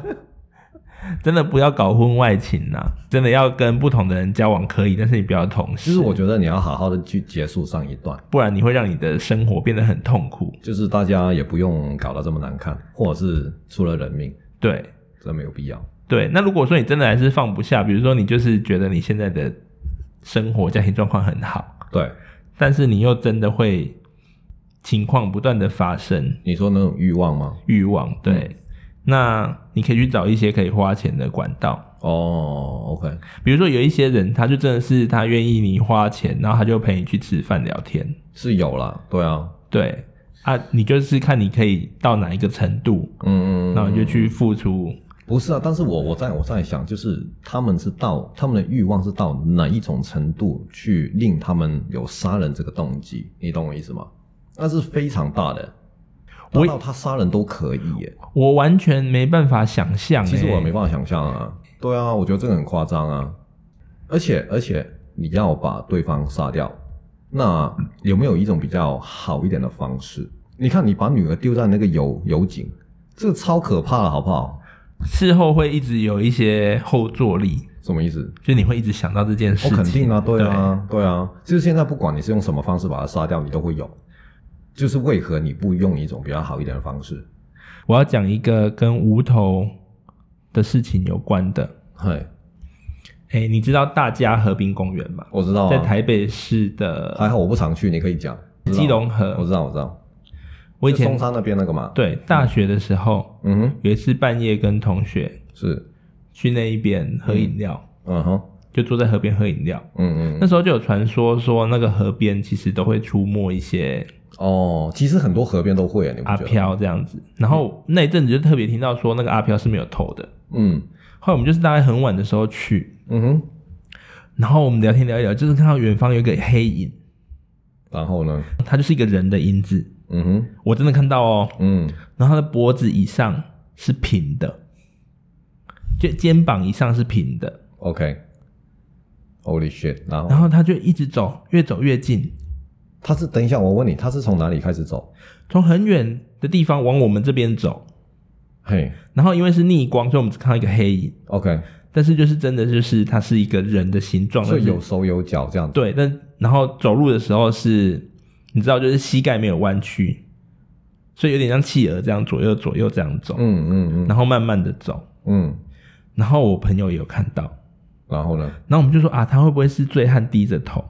Speaker 1: *laughs* 真的不要搞婚外情呐、真的要跟不同的人交往可以，但是你不要同
Speaker 2: 其
Speaker 1: 时，
Speaker 2: 实我觉得你要好好的去结束上一段，
Speaker 1: 不然你会让你的生活变得很痛苦。
Speaker 2: 就是大家也不用搞得这么难看，或者是出了人命，
Speaker 1: 对，
Speaker 2: 这没有必要。
Speaker 1: 对，那如果说你真的还是放不下，比如说你就是觉得你现在的生活家庭状况很好，
Speaker 2: 对，
Speaker 1: 但是你又真的会情况不断的发生
Speaker 2: 你说那种欲望吗？
Speaker 1: 欲望，对，那你可以去找一些可以花钱的管道，
Speaker 2: 哦，OK，
Speaker 1: 比如说有一些人他就真的是他愿意你花钱，然后他就陪你去吃饭聊天，
Speaker 2: 是有啦，对啊，
Speaker 1: 对啊，你就是看你可以到哪一个程度，
Speaker 2: 嗯嗯嗯，
Speaker 1: 然后你就去付出，
Speaker 2: 不是啊，但是我我在我在想，就是他们是到他们的欲望是到哪一种程度去令他们有杀人这个动机，你懂我意思吗？那是非常大的，
Speaker 1: 我
Speaker 2: 大到他杀人都可以耶。
Speaker 1: 我完全没办法想象、
Speaker 2: 其实我
Speaker 1: 欸
Speaker 2: 没办法想象啊，对啊，我觉得这个很夸张啊。而且而且你要把对方杀掉，那有没有一种比较好一点的方式？你看，你把女儿丢在那个油油井，这个超可怕的，好不好？
Speaker 1: 事后会一直有一些后坐力。
Speaker 2: 什么意思？
Speaker 1: 就你会一直想到这件事
Speaker 2: 我、
Speaker 1: 情。
Speaker 2: 肯定啊，对啊，对啊，就是现在不管你是用什么方式把它杀掉，你都会有。就是为何你不用一种比较好一点的方式？
Speaker 1: 对我要讲一个跟无头的事情有关的。
Speaker 2: 嘿，
Speaker 1: 哎、你知道大家河滨公园吗？
Speaker 2: 我知道、啊，
Speaker 1: 在台北市
Speaker 2: 还
Speaker 1: 的
Speaker 2: 好我不常去，你可以讲。知道
Speaker 1: 基隆
Speaker 2: 我
Speaker 1: 河。
Speaker 2: 知道，我知道，
Speaker 1: 我以
Speaker 2: 就松
Speaker 1: 前
Speaker 2: 山那边那个嘛，
Speaker 1: 对大学的时候，
Speaker 2: 嗯哼，
Speaker 1: 有一次半夜跟同学
Speaker 2: 是，
Speaker 1: 去那一边喝饮料，
Speaker 2: 嗯哼，
Speaker 1: 就坐在河边喝饮料。
Speaker 2: 嗯嗯，
Speaker 1: 那时候就有传说说，那个河边其实都会出没一些
Speaker 2: 哦，其实很多河边都会啊，你不
Speaker 1: 阿
Speaker 2: 觉得？
Speaker 1: 飘这样子。然后那一阵子就特别听到说，那个阿飘是没有头的。
Speaker 2: 嗯
Speaker 1: 后来我们就是大概很晚的时候去，
Speaker 2: 嗯哼，
Speaker 1: 然后我们聊天聊一聊，就是看到远方有一个黑影，
Speaker 2: 然后呢？
Speaker 1: 它就是一个人的影子，
Speaker 2: 嗯哼，
Speaker 1: 我真的看到哦。
Speaker 2: 嗯，
Speaker 1: 然后他的脖子以上是平的，就肩膀以上是平的，
Speaker 2: OK，Holy shit！然后
Speaker 1: 然后他就一直走，越走越近，
Speaker 2: 他是等一下，我问你，他是从哪里开始走？
Speaker 1: 从很远的地方往我们这边走。
Speaker 2: 嘿
Speaker 1: 然后因为是逆光，所以我们只看到一个黑影，
Speaker 2: ，OK，
Speaker 1: 但是就是真的就是它是一个人的形状，
Speaker 2: 所以
Speaker 1: 但是
Speaker 2: 有手有脚这样子。
Speaker 1: 对，但然后走路的时候是，你知道就是膝盖没有弯曲，所以有点像企鹅这样左右左右这样走，
Speaker 2: 嗯嗯嗯
Speaker 1: 然后慢慢的走。
Speaker 2: 嗯，
Speaker 1: 然后我朋友也有看到，
Speaker 2: 然后呢
Speaker 1: 然后我们就说啊，他会不会是醉汉低着头？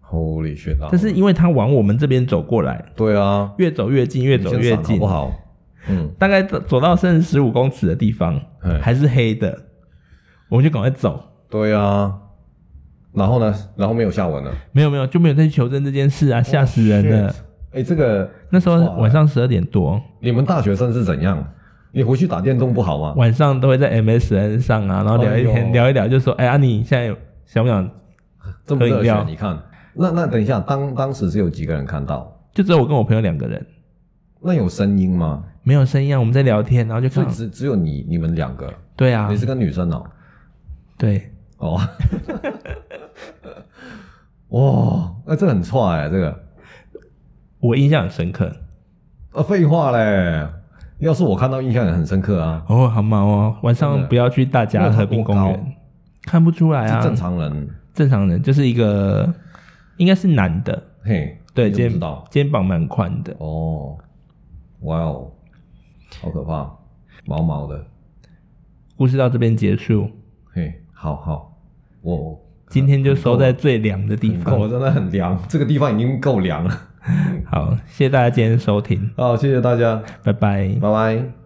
Speaker 2: ？Holy shit！然后
Speaker 1: 但是因为他往我们这边走过来，
Speaker 2: 对啊，
Speaker 1: 越走越近，越
Speaker 2: 你
Speaker 1: 走
Speaker 2: 先
Speaker 1: 越
Speaker 2: 闪好
Speaker 1: 近，
Speaker 2: 不好？嗯，
Speaker 1: 大概走走到剩十五公尺的地方
Speaker 2: 嘿，
Speaker 1: 还是黑的，我们就赶快走。
Speaker 2: 对啊。然后呢？然后没有下文了，
Speaker 1: 没有没有，就没有再去求证这件事啊，吓死人了
Speaker 2: Shit！。哎，这个
Speaker 1: 那时候
Speaker 2: 哇
Speaker 1: 晚上十二点多，
Speaker 2: 你们大学生是怎样？你回去打电动不好吗？
Speaker 1: 晚上都会在 MSN 上啊，然后聊一
Speaker 2: 哎
Speaker 1: 天、
Speaker 2: 呦
Speaker 1: 聊一聊，就说哎啊，你现在有想不想？
Speaker 2: 这么热
Speaker 1: 喝饮料
Speaker 2: 血，你看。那那等一下，当当时是有几个人看到？
Speaker 1: 就只有我跟我朋友两个人，
Speaker 2: 那有声音吗？
Speaker 1: 没有声音啊，我们在聊天，然后就
Speaker 2: 所
Speaker 1: 看
Speaker 2: 以
Speaker 1: 到，
Speaker 2: 只只有你你们两个，
Speaker 1: 对啊
Speaker 2: 你，是个女生哦。
Speaker 1: 对，
Speaker 2: 哦， *laughs* 哇，那、这个很差哎，这个
Speaker 1: 我印象很深刻。
Speaker 2: 啊，废话嘞。要是我看到，印象也很深刻啊。
Speaker 1: 哦，好忙哦，晚
Speaker 2: 真
Speaker 1: 上
Speaker 2: 的
Speaker 1: 不要去大家河滨公
Speaker 2: 因为它过
Speaker 1: 园，看不出来啊，
Speaker 2: 是正常人，
Speaker 1: 正常人就是一个应该是男的，
Speaker 2: 嘿，
Speaker 1: 对，
Speaker 2: 你怎么
Speaker 1: 肩
Speaker 2: 知道
Speaker 1: 肩膀蛮宽的，
Speaker 2: 哦，哇哦，好可怕，毛毛的，
Speaker 1: 故事到这边结束，
Speaker 2: 嘿，好好，我
Speaker 1: 今天就收在最凉的地
Speaker 2: *laughs* 我
Speaker 1: 方。
Speaker 2: 真的很凉，这个地方已经够凉了。
Speaker 1: 好，谢谢大家今天收听，
Speaker 2: 好，谢谢大家，
Speaker 1: 拜拜。
Speaker 2: 拜拜。